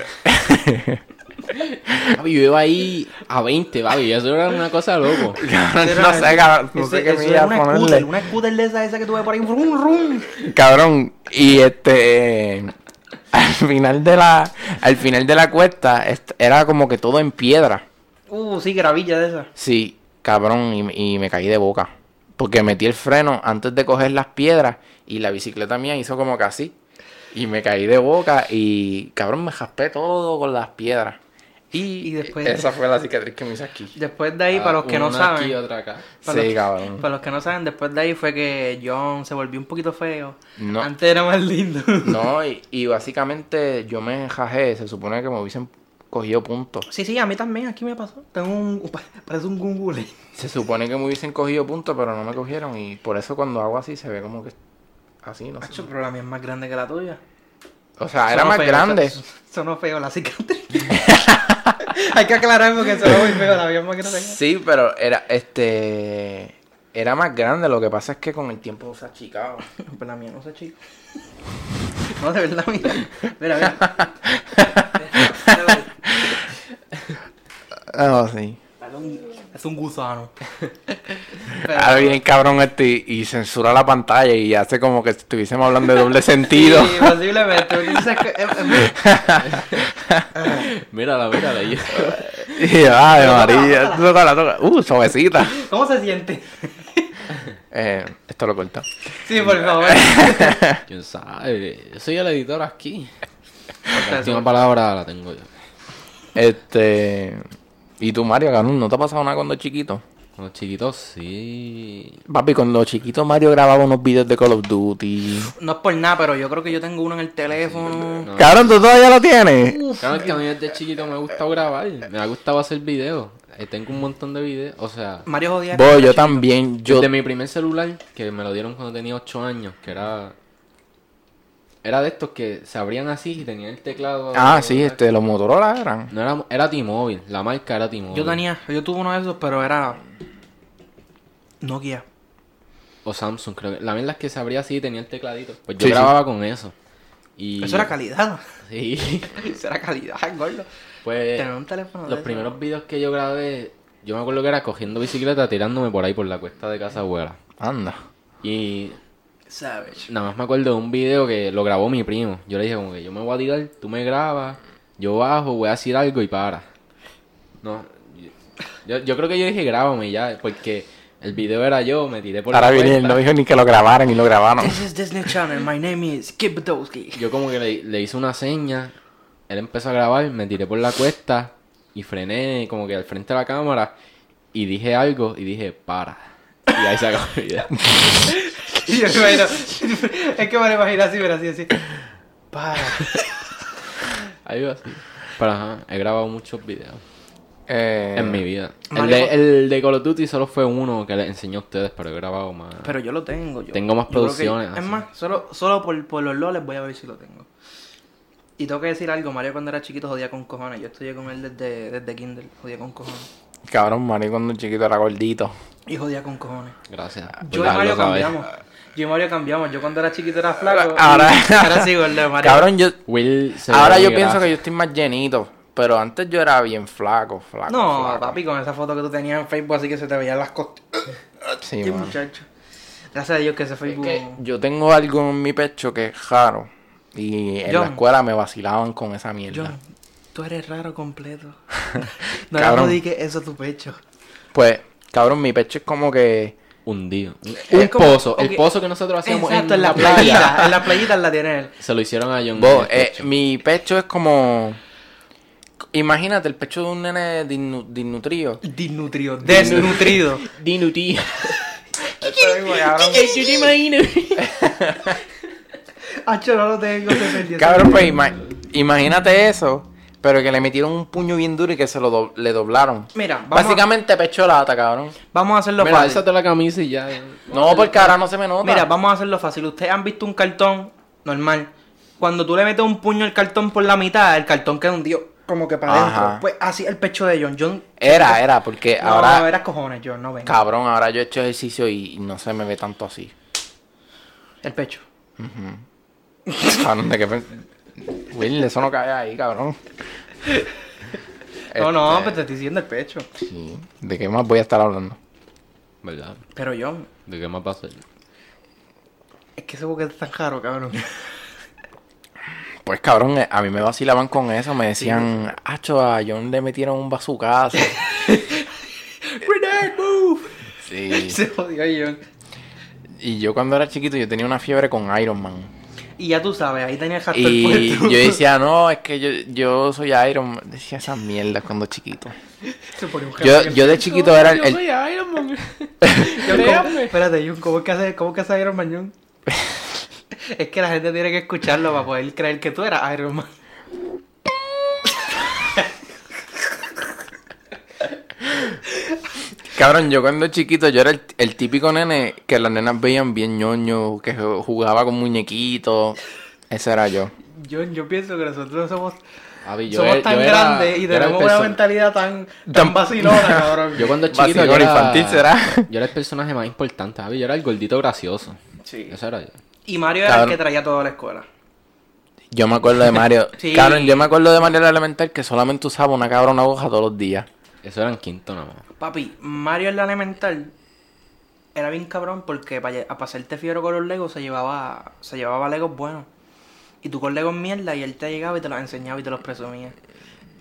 Speaker 2: Papi, yo iba ahí a 20, papi. Eso era una cosa loco.
Speaker 1: Ese
Speaker 4: no
Speaker 1: era-
Speaker 4: sé, cabrón, no
Speaker 1: ese-
Speaker 4: sé qué
Speaker 1: eso
Speaker 4: milla
Speaker 1: era una scooter,
Speaker 4: ponerle.
Speaker 1: una scooter de esa, esa que tuve por ahí. Rum, rum.
Speaker 4: Cabrón, y este... Al final de la... Al final de la cuesta, est- era como que todo en piedra.
Speaker 1: Uh, sí, gravilla de esa.
Speaker 4: Sí, cabrón, y, y me caí de boca. Porque metí el freno antes de coger las piedras y la bicicleta mía hizo como que así. Y me caí de boca y, cabrón, me jaspé todo con las piedras. Y,
Speaker 1: Y después-
Speaker 4: esa fue la cicatriz que me hice aquí.
Speaker 1: Después de ahí, para los que no
Speaker 2: Ah, Una aquí,
Speaker 1: saben.
Speaker 2: otra acá.
Speaker 1: Para
Speaker 4: Sí,
Speaker 1: los-
Speaker 4: cabrón.
Speaker 1: Para los que no saben, después de ahí fue que John se volvió un poquito feo.
Speaker 4: No.
Speaker 1: Antes era más lindo.
Speaker 4: No, y, y básicamente yo me jajé, se supone que me hubiesen cogido puntos.
Speaker 1: Sí, sí, a mí también, aquí me pasó. Tengo un. Parece un gungule.
Speaker 4: Se supone que me hubiesen cogido puntos, pero no me cogieron. Y por eso cuando hago así se ve como que así, no sé.
Speaker 1: Macho, pero la mía es más grande que la tuya.
Speaker 4: O sea, Ah, era
Speaker 1: Sonó
Speaker 4: más
Speaker 1: feo,
Speaker 4: grande.
Speaker 1: son- Sonó feo la cicatriz. Hay que aclarar porque sonó muy feo, la mía es más grande. que-
Speaker 4: Sí, pero era este era más grande, lo que pasa es que con el tiempo se ha achicado.
Speaker 1: Pues la mía no sé, chico. No, de verdad, mira. Mira, mira.
Speaker 4: Ah, sí.
Speaker 1: Es un- Es un gusano.
Speaker 4: Ahora viene el cabrón este y, y censura la pantalla y hace como que estuviésemos hablando de doble sentido.
Speaker 1: Sí, posiblemente. porque tú sabes que- eh, es- es-
Speaker 2: Mírala, mírala. y-
Speaker 4: Y, Ay, María, tócala, tócala. Uh, suavecita.
Speaker 1: ¿Cómo se siente?
Speaker 4: Eh, esto lo corta.
Speaker 1: Sí, por favor.
Speaker 2: ¿Quién sabe? Yo soy el editor aquí. La
Speaker 1: Corta
Speaker 2: última
Speaker 1: eso.
Speaker 2: palabra la tengo yo.
Speaker 4: Este y tú, Mario, cabrón, ¿no te ha pasado nada cuando chiquito?
Speaker 2: Cuando chiquitos, sí.
Speaker 4: Papi, cuando chiquito Mario grababa unos videos de Call of Duty.
Speaker 1: No es por nada, pero yo creo que yo tengo uno en el teléfono.
Speaker 2: No.
Speaker 4: Cabrón, ¿tú todavía lo tienes?
Speaker 2: Claro, es que a mí desde chiquito me ha gustado grabar. Me ha gustado hacer videos. Eh, Tengo un montón de videos. O sea,
Speaker 1: Mario jodía.
Speaker 4: Voy, yo también, yo
Speaker 2: Desde mi primer celular, que me lo dieron cuando tenía 8 años, que era. Era de estos que se abrían así y tenía el teclado.
Speaker 4: Ah, sí, este los Motorola eran.
Speaker 2: No era, era T-Mobile, la marca era T-Mobile.
Speaker 1: Yo tenía, yo tuve uno de esos, pero era Nokia.
Speaker 2: O Samsung, creo que. La verdad es que se abría así y tenía el tecladito. Pues
Speaker 4: Sí,
Speaker 2: yo
Speaker 4: sí.
Speaker 2: grababa con eso. Y,
Speaker 1: Eso era calidad.
Speaker 2: Sí.
Speaker 1: Eso era calidad, gordo.
Speaker 2: Pues
Speaker 1: Tener un teléfono de
Speaker 2: los
Speaker 1: eso.
Speaker 2: primeros videos que yo grabé, yo me acuerdo que era cogiendo bicicleta, tirándome por ahí por la cuesta de casa abuela.
Speaker 4: Anda.
Speaker 2: Y
Speaker 1: Savage.
Speaker 2: Nada más me acuerdo de un video que lo grabó mi primo. Yo le dije como que yo me voy a tirar, tú me grabas, yo bajo, voy a decir algo y para. No, yo, yo creo que yo dije grábame y ya, porque el video era yo, me tiré por
Speaker 4: Ahora
Speaker 2: la
Speaker 4: viene, él,
Speaker 2: cuesta.
Speaker 4: no dijo ni que lo grabaran y lo grabaron.
Speaker 1: This is Disney Channel. My name is Kip Budowski.
Speaker 2: Yo como que le, le hice una seña, él empezó a grabar, me tiré por la cuesta y frené como que al frente de la cámara y dije algo y dije para. Y ahí se acabó el video.
Speaker 1: Yo me imagino- es que me lo imagino así, pero así, así. Para.
Speaker 2: Ahí va así. Pero ajá, he grabado muchos videos.
Speaker 4: Eh,
Speaker 2: En mi vida. El
Speaker 1: Mario-
Speaker 2: de, el de Call of Duty solo fue uno que les enseñé a ustedes, pero he grabado más.
Speaker 1: Pero yo lo tengo. Yo.
Speaker 2: Tengo más
Speaker 1: Yo creo que-
Speaker 2: producciones,
Speaker 1: es
Speaker 2: así.
Speaker 1: más, solo, solo por, por los loles voy a ver si lo tengo. Y tengo que decir algo. Mario cuando era chiquito jodía con cojones. Yo estudié con él desde, desde Kindle. Jodía con cojones.
Speaker 4: Cabrón, Mario cuando chiquito era gordito.
Speaker 1: Y jodía con cojones.
Speaker 2: Gracias.
Speaker 4: Pues
Speaker 2: por
Speaker 1: Yo y
Speaker 2: dejarlo
Speaker 1: Mario
Speaker 2: saber.
Speaker 1: cambiamos. Yo y Mario cambiamos. Yo cuando era chiquito era flaco.
Speaker 4: Ahora-
Speaker 1: y ahora sí, gordo, Mario.
Speaker 4: Cabrón, yo.
Speaker 2: Will se
Speaker 4: Ahora
Speaker 2: ve
Speaker 4: yo
Speaker 2: muy
Speaker 4: pienso
Speaker 2: grasa.
Speaker 4: que yo estoy más llenito. Pero antes yo era bien flaco, flaco.
Speaker 1: No,
Speaker 4: flaco.
Speaker 1: papi, con esa foto que tú tenías en Facebook, así que se te veían las costas.
Speaker 4: Sí,
Speaker 1: Qué
Speaker 4: mano.
Speaker 1: muchacho. Gracias a Dios que ese
Speaker 4: Es
Speaker 1: Facebook.
Speaker 4: que yo tengo algo en mi pecho que es raro. Y en la
Speaker 1: John.
Speaker 4: escuela me vacilaban con esa mierda.
Speaker 1: John, tú eres raro completo. No
Speaker 4: Cabrón.
Speaker 1: le que eso a tu pecho.
Speaker 4: Pues, cabrón, mi pecho es como que.
Speaker 2: Hundido. Un,
Speaker 1: Es
Speaker 2: un
Speaker 1: como-
Speaker 2: pozo.
Speaker 1: ok.
Speaker 2: El pozo que nosotros hacíamos
Speaker 1: Exacto, en
Speaker 2: en
Speaker 1: la playita. en la playita la tiene él.
Speaker 2: Se lo hicieron a John. en
Speaker 4: Bo,
Speaker 2: el
Speaker 4: eh,
Speaker 2: pecho.
Speaker 4: mi pecho es como. Imagínate el pecho de un nene disnu- disnutrido.
Speaker 1: Disnutrido, desnutrido.
Speaker 2: Dinuti.
Speaker 1: Cabrón,
Speaker 2: Yo te imagino.
Speaker 1: Hacho, no lo tengo, se perdió.
Speaker 4: Cabrón, pues ima- imagínate eso, pero que le metieron un puño bien duro y que se lo do- le doblaron.
Speaker 1: Mira, vamos,
Speaker 4: Básicamente pecho lata, cabrón.
Speaker 1: vamos a hacerlo
Speaker 2: Mira,
Speaker 1: fácil.
Speaker 2: alzate la camisa y ya. eh.
Speaker 4: No, porque ahora no se me nota.
Speaker 1: Mira, vamos a hacerlo fácil. Ustedes han visto un cartón normal. Cuando tú le metes un puño al cartón por la mitad, el cartón queda hundido como que para
Speaker 4: Ajá.
Speaker 1: adentro. Pues así el pecho de John. John
Speaker 4: Era, era, porque
Speaker 1: no,
Speaker 4: ahora.
Speaker 1: no, eras cojones, John, no venga.
Speaker 4: Cabrón, ahora yo he hecho ejercicio y no se me ve tanto así.
Speaker 1: El pecho.
Speaker 4: Cabrón, de qué pen- Will, eso no cae ahí, cabrón.
Speaker 1: No, no,
Speaker 4: Este,
Speaker 1: pero te estoy diciendo el pecho.
Speaker 2: Sí.
Speaker 4: ¿De qué más voy a estar hablando?
Speaker 2: ¿Verdad?
Speaker 1: Pero John,
Speaker 2: ¿De qué más va a ser?
Speaker 1: es que ese boquete es tan caro, cabrón.
Speaker 4: Pues cabrón, eh, a mí me vacilaban con eso, me decían, Acho, a John le metieron un bazucazo.
Speaker 1: Grenade, move.
Speaker 4: sí.
Speaker 1: Se jodió John.
Speaker 4: Y yo cuando era chiquito yo tenía una fiebre con Iron Man.
Speaker 1: Y ya tú sabes, ahí tenía el hashtag
Speaker 4: Y
Speaker 1: puesto.
Speaker 4: yo decía, no, es que yo, yo soy Iron Man. Decía esas mierdas cuando chiquito.
Speaker 1: Se pone un
Speaker 4: Yo,
Speaker 1: hashtag.
Speaker 4: yo de chiquito era el...
Speaker 2: Yo
Speaker 4: el-
Speaker 2: soy Iron Man.
Speaker 1: John, ¿cómo-
Speaker 2: Créanme.
Speaker 1: Espérate, John, ¿cómo es que hace, cómo es que hace Iron Man, John? es que la gente tiene que escucharlo para poder creer que tú eras Iron Man.
Speaker 4: Cabrón, yo cuando chiquito yo era el, el típico nene que las nenas veían bien ñoño, que ju- jugaba con muñequitos. Ese era yo.
Speaker 1: John, yo pienso que nosotros somos,
Speaker 2: Abi,
Speaker 1: somos
Speaker 2: era-
Speaker 1: tan
Speaker 2: yo era-
Speaker 1: grandes y
Speaker 2: yo era el
Speaker 1: tenemos una
Speaker 2: perso-
Speaker 1: mentalidad tan, tan
Speaker 4: Tan-
Speaker 1: vacilona, cabrón.
Speaker 2: Yo cuando chiquito yo
Speaker 4: Vacilón
Speaker 2: era...
Speaker 4: infantil, ¿será?
Speaker 2: Yo era el personaje más importante, Abi. Yo era el gordito gracioso.
Speaker 1: Sí.
Speaker 2: Eso era yo.
Speaker 1: Y Mario era
Speaker 4: Cabrón.
Speaker 1: el que traía toda la escuela.
Speaker 4: Yo me acuerdo de Mario.
Speaker 1: Sí.
Speaker 4: Cabrón, yo me acuerdo de Mario en la Elemental que solamente usaba una cabrona hoja todos los días.
Speaker 2: Eso era en quinto nada más.
Speaker 1: Papi, Mario en la elemental era bien cabrón porque para, hacerte fiero con los Legos se llevaba, se llevaba Legos buenos. Y tú con Legos mierda y él te llegaba y te los enseñaba y te los presumía.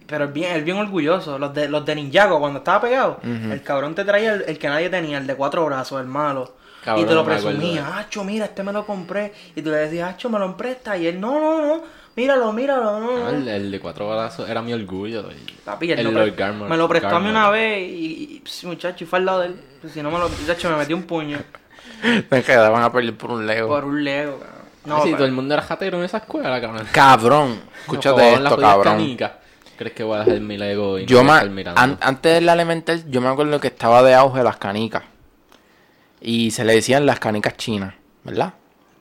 Speaker 1: Pero él bien, él bien orgulloso, los de, los de Ninjago cuando estaba pegado, el cabrón te traía el, el que nadie tenía, el de cuatro brazos, el malo.
Speaker 2: Cabrón,
Speaker 1: y te lo
Speaker 2: me acuerdo de
Speaker 1: presumía, hacho, mira, este me lo compré. Y tú le decías, hacho, me lo presta. Y él, no, no, no, míralo, míralo, no, no.
Speaker 2: Ah, El, el de cuatro brazos era mi orgullo. El,
Speaker 1: Papi, él
Speaker 2: el
Speaker 1: no pre-
Speaker 2: Lord Garmor-
Speaker 1: me lo prestó a mí
Speaker 2: Garmor.
Speaker 1: una vez y, y- y, muchacho, y fue al lado de él. Pues, si no me lo. De hecho, me metió un puño
Speaker 4: Me quedaban a perder por un lego.
Speaker 1: por un lego, cabrón. No,
Speaker 2: Ah, sí,
Speaker 1: pero-
Speaker 2: todo el mundo era jatero en esa escuela, cabrón.
Speaker 4: Cabrón,
Speaker 2: Nos
Speaker 4: escúchate
Speaker 2: jugaban las
Speaker 4: esto,
Speaker 2: jodidas
Speaker 4: cabrón.
Speaker 2: canicas. ¿Crees que voy a dejar mi Lego y
Speaker 4: Yo
Speaker 2: no voy a
Speaker 4: ma-
Speaker 2: estar mirando?
Speaker 4: an- antes del elemental, yo me acuerdo que estaba de auge las canicas. Y se le decían las canicas chinas, ¿verdad?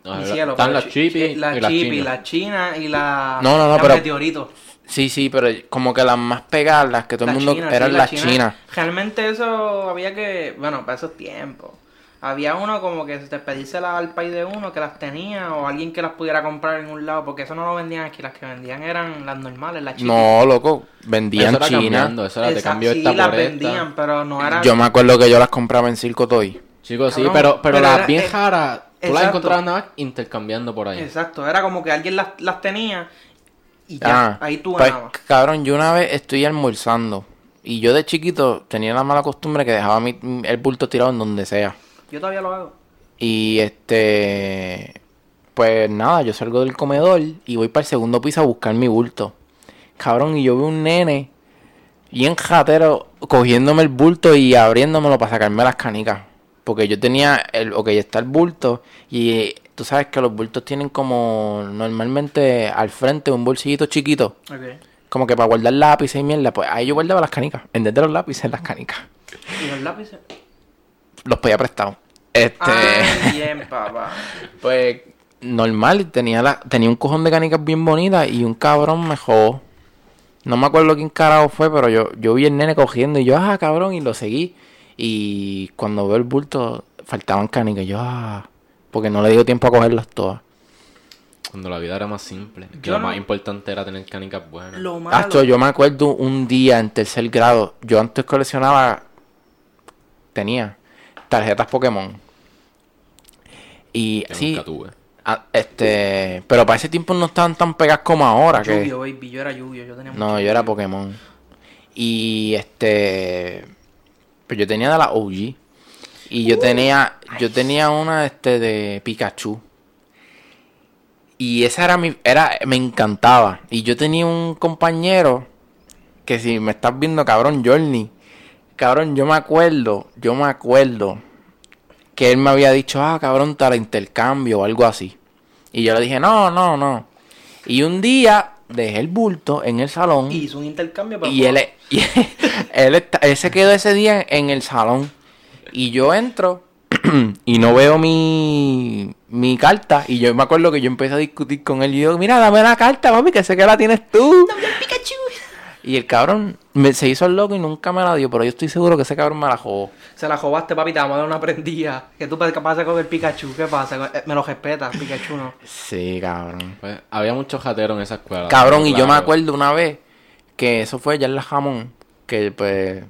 Speaker 2: No,
Speaker 1: mi
Speaker 2: era-
Speaker 1: cielo,
Speaker 2: Están
Speaker 1: pero
Speaker 2: las
Speaker 1: chi-
Speaker 2: chippy
Speaker 1: chi- la
Speaker 2: y las
Speaker 1: chippy,
Speaker 2: chinas.
Speaker 1: la china y la.
Speaker 4: No, no, no,
Speaker 1: las
Speaker 4: pero-
Speaker 1: meteorito.
Speaker 4: Sí, sí, pero como que las más pegadas, las que todo
Speaker 1: Las
Speaker 4: el mundo
Speaker 1: chinas,
Speaker 4: eran
Speaker 1: sí,
Speaker 4: las chinas.
Speaker 1: Realmente eso había que. Bueno, para esos tiempos. Había uno como que te pedísela la al país de uno que las tenía o alguien que las pudiera comprar en un lado, porque eso no lo vendían aquí, las que vendían eran las normales, las chicas.
Speaker 4: No, loco, vendían
Speaker 2: eso era
Speaker 4: China.
Speaker 2: cambiando, eso era, te
Speaker 1: Esa-
Speaker 2: cambió
Speaker 1: sí,
Speaker 2: esta
Speaker 1: las
Speaker 2: por
Speaker 1: vendían,
Speaker 2: esta.
Speaker 1: pero no eran...
Speaker 4: Yo me acuerdo que yo las compraba en Circo Toy.
Speaker 2: Chicos, sí,
Speaker 1: Cabrón,
Speaker 2: pero, pero,
Speaker 1: pero
Speaker 2: las
Speaker 1: era-
Speaker 2: bien
Speaker 1: eh,
Speaker 2: raras, tú las
Speaker 1: exacto.
Speaker 2: encontrabas nada más intercambiando por ahí.
Speaker 1: Exacto, era como que alguien las, las tenía y ya,
Speaker 4: Ah,
Speaker 1: ahí tú
Speaker 4: pues,
Speaker 1: ganabas.
Speaker 4: cabrón, yo una vez estoy almorzando y yo de chiquito tenía la mala costumbre que dejaba mi- el bulto tirado en donde sea.
Speaker 1: Yo todavía lo hago.
Speaker 4: Y este. Pues nada, yo salgo del comedor y voy para el segundo piso a buscar mi bulto. Cabrón, y yo veo un nene bien jatero cogiéndome el bulto y abriéndomelo para sacarme las canicas. Porque yo tenía el. Ok, está el bulto y tú sabes que los bultos tienen como normalmente al frente un bolsillito chiquito.
Speaker 1: Ok.
Speaker 4: Como que para guardar lápices y mierda. Pues ahí yo guardaba las canicas. En vez de los lápices, las canicas.
Speaker 1: ¿Y los lápices?
Speaker 4: Los podía prestados. Este.
Speaker 1: Ay, bien, papá.
Speaker 4: Pues normal, tenía la, tenía un cojón de canicas bien bonita y un cabrón me jodó. No me acuerdo quién carajo fue, pero yo, yo vi el nene cogiendo y yo, ah, cabrón, y lo seguí. Y cuando veo el bulto, faltaban canicas. Yo, ah, porque no le dio tiempo a cogerlas todas.
Speaker 2: Cuando la vida era más simple. Que
Speaker 1: Yo
Speaker 2: lo
Speaker 1: no-
Speaker 2: más importante era tener canicas buenas.
Speaker 1: Lo malo...
Speaker 4: Hasta Ah, yo me acuerdo un día en tercer grado, yo antes coleccionaba, tenía tarjetas Pokémon. Y
Speaker 2: Que
Speaker 4: sí,
Speaker 2: nunca tuve.
Speaker 4: ah, este, pero para ese tiempo no estaban tan pegadas como ahora. que...
Speaker 1: Yu-Gi-Oh, baby, yo era lluvio, yo tenía
Speaker 4: No,
Speaker 1: mucho
Speaker 4: yo era
Speaker 1: Yu-Gi-Oh.
Speaker 4: Pokémon. Y este. Pues yo tenía de la OG. Y yo tenía. Yo tenía una este de Pikachu. Y esa era mi. Era. Me encantaba. Y yo tenía un compañero. Que si me estás viendo, cabrón, Journey. Cabrón, yo me acuerdo. Yo me acuerdo. Que él me había dicho, ah, cabrón, tal intercambio o algo así. Y yo le dije, no, no, no. Y un día dejé el bulto en el salón.
Speaker 1: Y
Speaker 4: Y,
Speaker 1: hizo un intercambio, pero...
Speaker 4: él, y él, está- él se quedó ese día en el salón. Y yo entro y no veo mi, mi carta. Y yo me acuerdo que yo empecé a discutir con él. Y yo, mira, dame la carta, papi, que sé que la tienes tú.
Speaker 1: Pikachu.
Speaker 4: Y el cabrón me- se hizo el loco y nunca me la dio. Pero yo estoy seguro que ese cabrón me la jugó.
Speaker 1: Se la jobaste, papi, te vamos a dar una prendida. Que tú pasa con el Pikachu, ¿qué pasa? Eh, Me lo respetas, Pikachu no.
Speaker 4: Sí, cabrón.
Speaker 2: Pues, había mucho jatero en esa escuela.
Speaker 4: Cabrón, y yo me
Speaker 2: Claro.
Speaker 4: acuerdo una vez que eso fue ya en la jamón, que pues,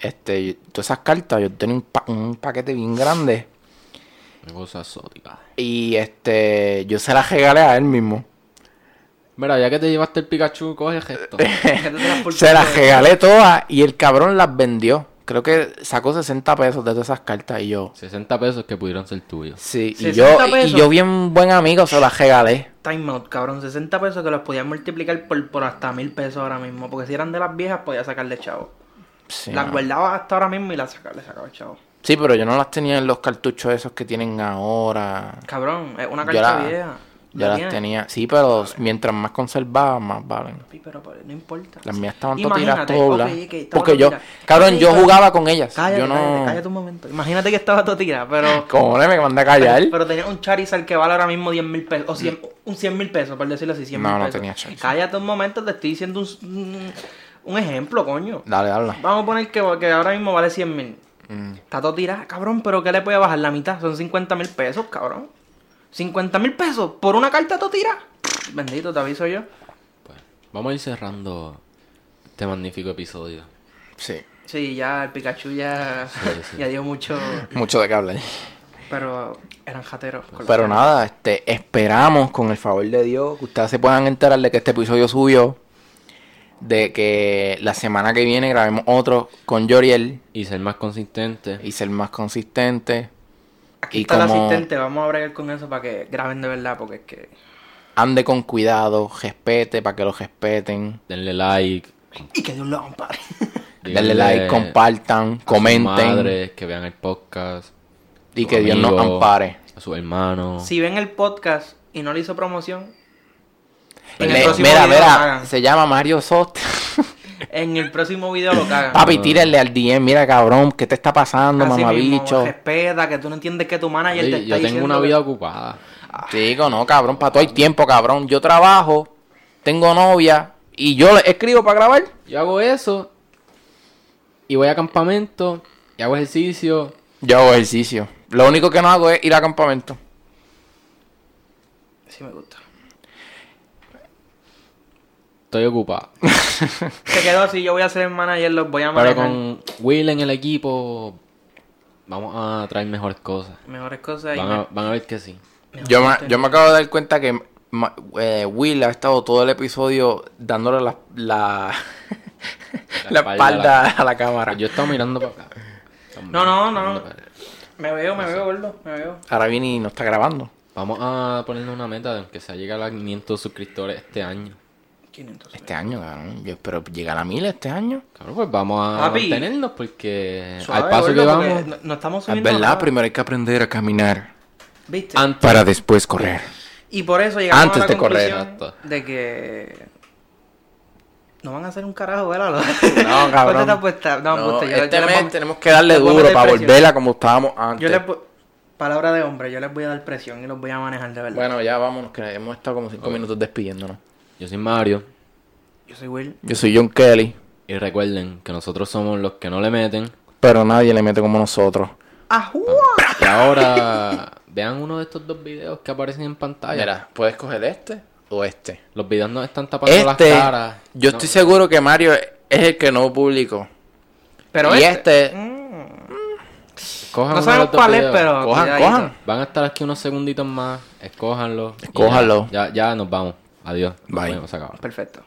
Speaker 4: este, todas esas cartas, yo tenía un, pa- un paquete bien grande
Speaker 2: Una cosa exótica.
Speaker 4: y este, yo se las regalé a él mismo.
Speaker 2: Mira, ya que te llevaste el Pikachu, coge
Speaker 1: Que tú
Speaker 2: esto.
Speaker 1: te las por
Speaker 4: Se las
Speaker 1: culo.
Speaker 4: regalé todas y el cabrón las vendió. Creo que sacó 60 pesos de todas esas cartas y yo,
Speaker 2: 60 pesos que pudieron ser tuyos.
Speaker 4: sí, y
Speaker 1: 60
Speaker 4: yo, y
Speaker 1: pesos.
Speaker 4: yo bien buen amigo se las regalé.
Speaker 1: Time out, cabrón, 60 pesos que los podías multiplicar por, por hasta mil pesos ahora mismo. Porque si eran de las viejas, podías sacarle chavo.
Speaker 4: Sí,
Speaker 1: las
Speaker 4: mano.
Speaker 1: guardabas hasta ahora mismo y las sacabas, le sacabas chavo.
Speaker 4: Sí, pero yo no las tenía en los cartuchos esos que tienen ahora.
Speaker 1: Cabrón, es una
Speaker 4: Yo
Speaker 1: carta
Speaker 4: la-
Speaker 1: vieja.
Speaker 4: Yo
Speaker 1: ¿La
Speaker 4: las
Speaker 1: tienes?
Speaker 4: tenía, sí, pero mientras más conservadas, más valen.
Speaker 1: Papi, pero, pero no importa.
Speaker 4: Las mías estaban todas
Speaker 1: Imagínate,
Speaker 4: tiradas, todas
Speaker 1: ok,
Speaker 4: dobladas.
Speaker 1: que estaban
Speaker 4: Porque
Speaker 1: todas
Speaker 4: yo,
Speaker 1: tiradas.
Speaker 4: cabrón,
Speaker 1: Sí,
Speaker 4: yo
Speaker 1: pero-
Speaker 4: jugaba con ellas.
Speaker 1: Cállate,
Speaker 4: yo no.
Speaker 1: cállate, cállate un momento. Imagínate que estaba todo tirada, pero.
Speaker 4: Como no me mandé a callar.
Speaker 1: Pero, pero tenía un Charizard que vale ahora mismo 10 mil pesos. O 100, un 100 mil pesos, por decirlo así. 100
Speaker 4: No,
Speaker 1: mil
Speaker 4: no
Speaker 1: pesos.
Speaker 4: tenía Charizard.
Speaker 1: Cállate un momento, te estoy diciendo un, un, un ejemplo, coño.
Speaker 4: Dale, dale.
Speaker 1: Vamos a poner que, que ahora mismo vale 100 mil.
Speaker 4: Mm.
Speaker 1: Está todo tirado, cabrón, pero ¿qué le puede bajar la mitad? Son 50 mil pesos, cabrón. 50 mil pesos por una carta todo tira. Bendito, te aviso yo.
Speaker 2: Pues, vamos a ir cerrando este magnífico episodio.
Speaker 4: Sí.
Speaker 1: Sí, ya el Pikachu ya,
Speaker 2: sí.
Speaker 1: ya dio mucho,
Speaker 4: Mucho de que hablar.
Speaker 1: pero eran jateros. con los
Speaker 4: Pero
Speaker 1: temas.
Speaker 4: nada, este, esperamos con el favor de Dios que ustedes se puedan enterar de que este episodio subió. De que la semana que viene grabemos otro con Yoriel
Speaker 2: Y ser más consistente.
Speaker 4: y ser más consistente.
Speaker 1: Aquí
Speaker 4: y
Speaker 1: está el
Speaker 4: como-
Speaker 1: asistente, vamos a bregar con eso para que graben de verdad, porque es que...
Speaker 4: Ande con cuidado, respete para que lo respeten.
Speaker 2: Denle like.
Speaker 1: Y que Dios lo ampare.
Speaker 4: Denle like,
Speaker 2: comparten
Speaker 4: compartan, comenten
Speaker 2: Madres, que vean el podcast.
Speaker 4: y
Speaker 2: sus
Speaker 4: que Dios nos
Speaker 2: amigos,
Speaker 4: ampare.
Speaker 2: A sus hermanos.
Speaker 1: Si ven el podcast y no le hizo promoción, en el
Speaker 4: Le-
Speaker 1: próximo
Speaker 4: mira,
Speaker 1: video lo
Speaker 4: mira,
Speaker 1: hagan.
Speaker 4: se llama Mario Sost.
Speaker 1: en el próximo video lo cagan.
Speaker 4: Papi, tírenle al DM, mira cabrón, ¿qué te está pasando,
Speaker 1: Ah. Así mismo,
Speaker 4: mamabicho?
Speaker 1: respeta, que tú no entiendes que tu manager te
Speaker 2: Yo,
Speaker 1: está
Speaker 2: tengo
Speaker 1: diciendo
Speaker 2: una
Speaker 1: que-
Speaker 2: vida ocupada.
Speaker 4: Digo, no, cabrón, para todo el tiempo, cabrón. Yo trabajo, tengo novia y yo le escribo para grabar.
Speaker 2: Yo hago eso. Y voy a campamento. Y hago ejercicio.
Speaker 4: Yo hago ejercicio. Lo único que no hago es ir a campamento.
Speaker 1: Sí, me gusta.
Speaker 2: Estoy ocupado.
Speaker 1: Se quedó así, yo voy a ser el manager, los voy a
Speaker 2: Pero
Speaker 1: manejar.
Speaker 2: con Will en el equipo vamos a traer mejores cosas.
Speaker 1: Mejores cosas y
Speaker 2: Van a, van a ver que sí.
Speaker 1: me-
Speaker 4: Yo me,
Speaker 1: mejor
Speaker 4: yo me acabo de dar cuenta que ma- eh, Will ha estado todo el episodio dándole la, la, la
Speaker 2: La
Speaker 4: espalda,
Speaker 2: espalda
Speaker 4: a la cámara.
Speaker 2: Pues Yo estaba mirando para acá.
Speaker 1: No, no, no.
Speaker 2: Mirando para acá.
Speaker 1: Me veo, me veo, gordo, me veo.
Speaker 4: Ahora viene y no está grabando.
Speaker 2: Vamos a ponernos una meta de que sea llegar a 500 suscriptores este año.
Speaker 1: 500.
Speaker 4: Este año, cabrón. Yo espero llegar a mil este año.
Speaker 2: Claro, pues vamos a
Speaker 1: Papi.
Speaker 2: mantenernos porque
Speaker 1: Suave,
Speaker 2: al paso
Speaker 1: gordo,
Speaker 2: que
Speaker 1: porque
Speaker 2: vamos,
Speaker 1: No, no estamos
Speaker 4: Es
Speaker 1: subiendo
Speaker 4: verdad,
Speaker 1: nada,
Speaker 4: primero hay que aprender a caminar
Speaker 1: ¿Viste?
Speaker 2: antes
Speaker 4: para después correr.
Speaker 1: Y por eso llegamos
Speaker 4: Antes
Speaker 1: a la
Speaker 4: de correr,
Speaker 1: conclusión
Speaker 2: exacto.
Speaker 1: de que no van a hacer un carajo, ¿verdad? No,
Speaker 4: No, cabrón.
Speaker 1: ¿Cuánto está puesta? No,
Speaker 4: No,
Speaker 1: puta, yo,
Speaker 4: este
Speaker 1: yo les
Speaker 4: mes
Speaker 1: voy a-
Speaker 4: tenemos que darle
Speaker 1: les voy a
Speaker 4: duro
Speaker 1: meter
Speaker 4: para
Speaker 1: presión.
Speaker 4: volverla como estábamos antes.
Speaker 1: Yo les voy- palabra de hombre, yo les voy a dar presión y los voy a manejar de verdad.
Speaker 4: Bueno, ya vámonos, que hemos estado como cinco minutos despidiéndonos.
Speaker 2: yo soy Mario
Speaker 1: Yo soy Will.
Speaker 4: Yo soy John Kelly,
Speaker 2: y recuerden que nosotros somos los que no le meten.
Speaker 4: pero nadie le mete como nosotros.
Speaker 1: ¡Ajúa!
Speaker 2: Y ahora vean uno de estos dos videos que aparecen en pantalla.
Speaker 4: Ah, Mira, puedes coger este o este.
Speaker 2: Los videos nos están tapando las
Speaker 4: Este,
Speaker 2: caras.
Speaker 4: yo
Speaker 2: No,
Speaker 4: estoy seguro que Mario es el que no publicó.
Speaker 1: Pero
Speaker 4: y
Speaker 1: este...
Speaker 4: este,
Speaker 2: cojan
Speaker 1: No
Speaker 2: uno
Speaker 1: sabemos
Speaker 2: de los dos
Speaker 1: cuál es,
Speaker 2: videos.
Speaker 1: pero...
Speaker 4: Cojan,
Speaker 1: cuidadito.
Speaker 4: cojan.
Speaker 2: Van a estar aquí unos segunditos más. Escójanlo. y
Speaker 4: Escójanlo.
Speaker 2: Ya, ya, ya nos vamos. Adiós.
Speaker 4: Bye.
Speaker 2: Bueno, se acabó.
Speaker 1: Perfecto.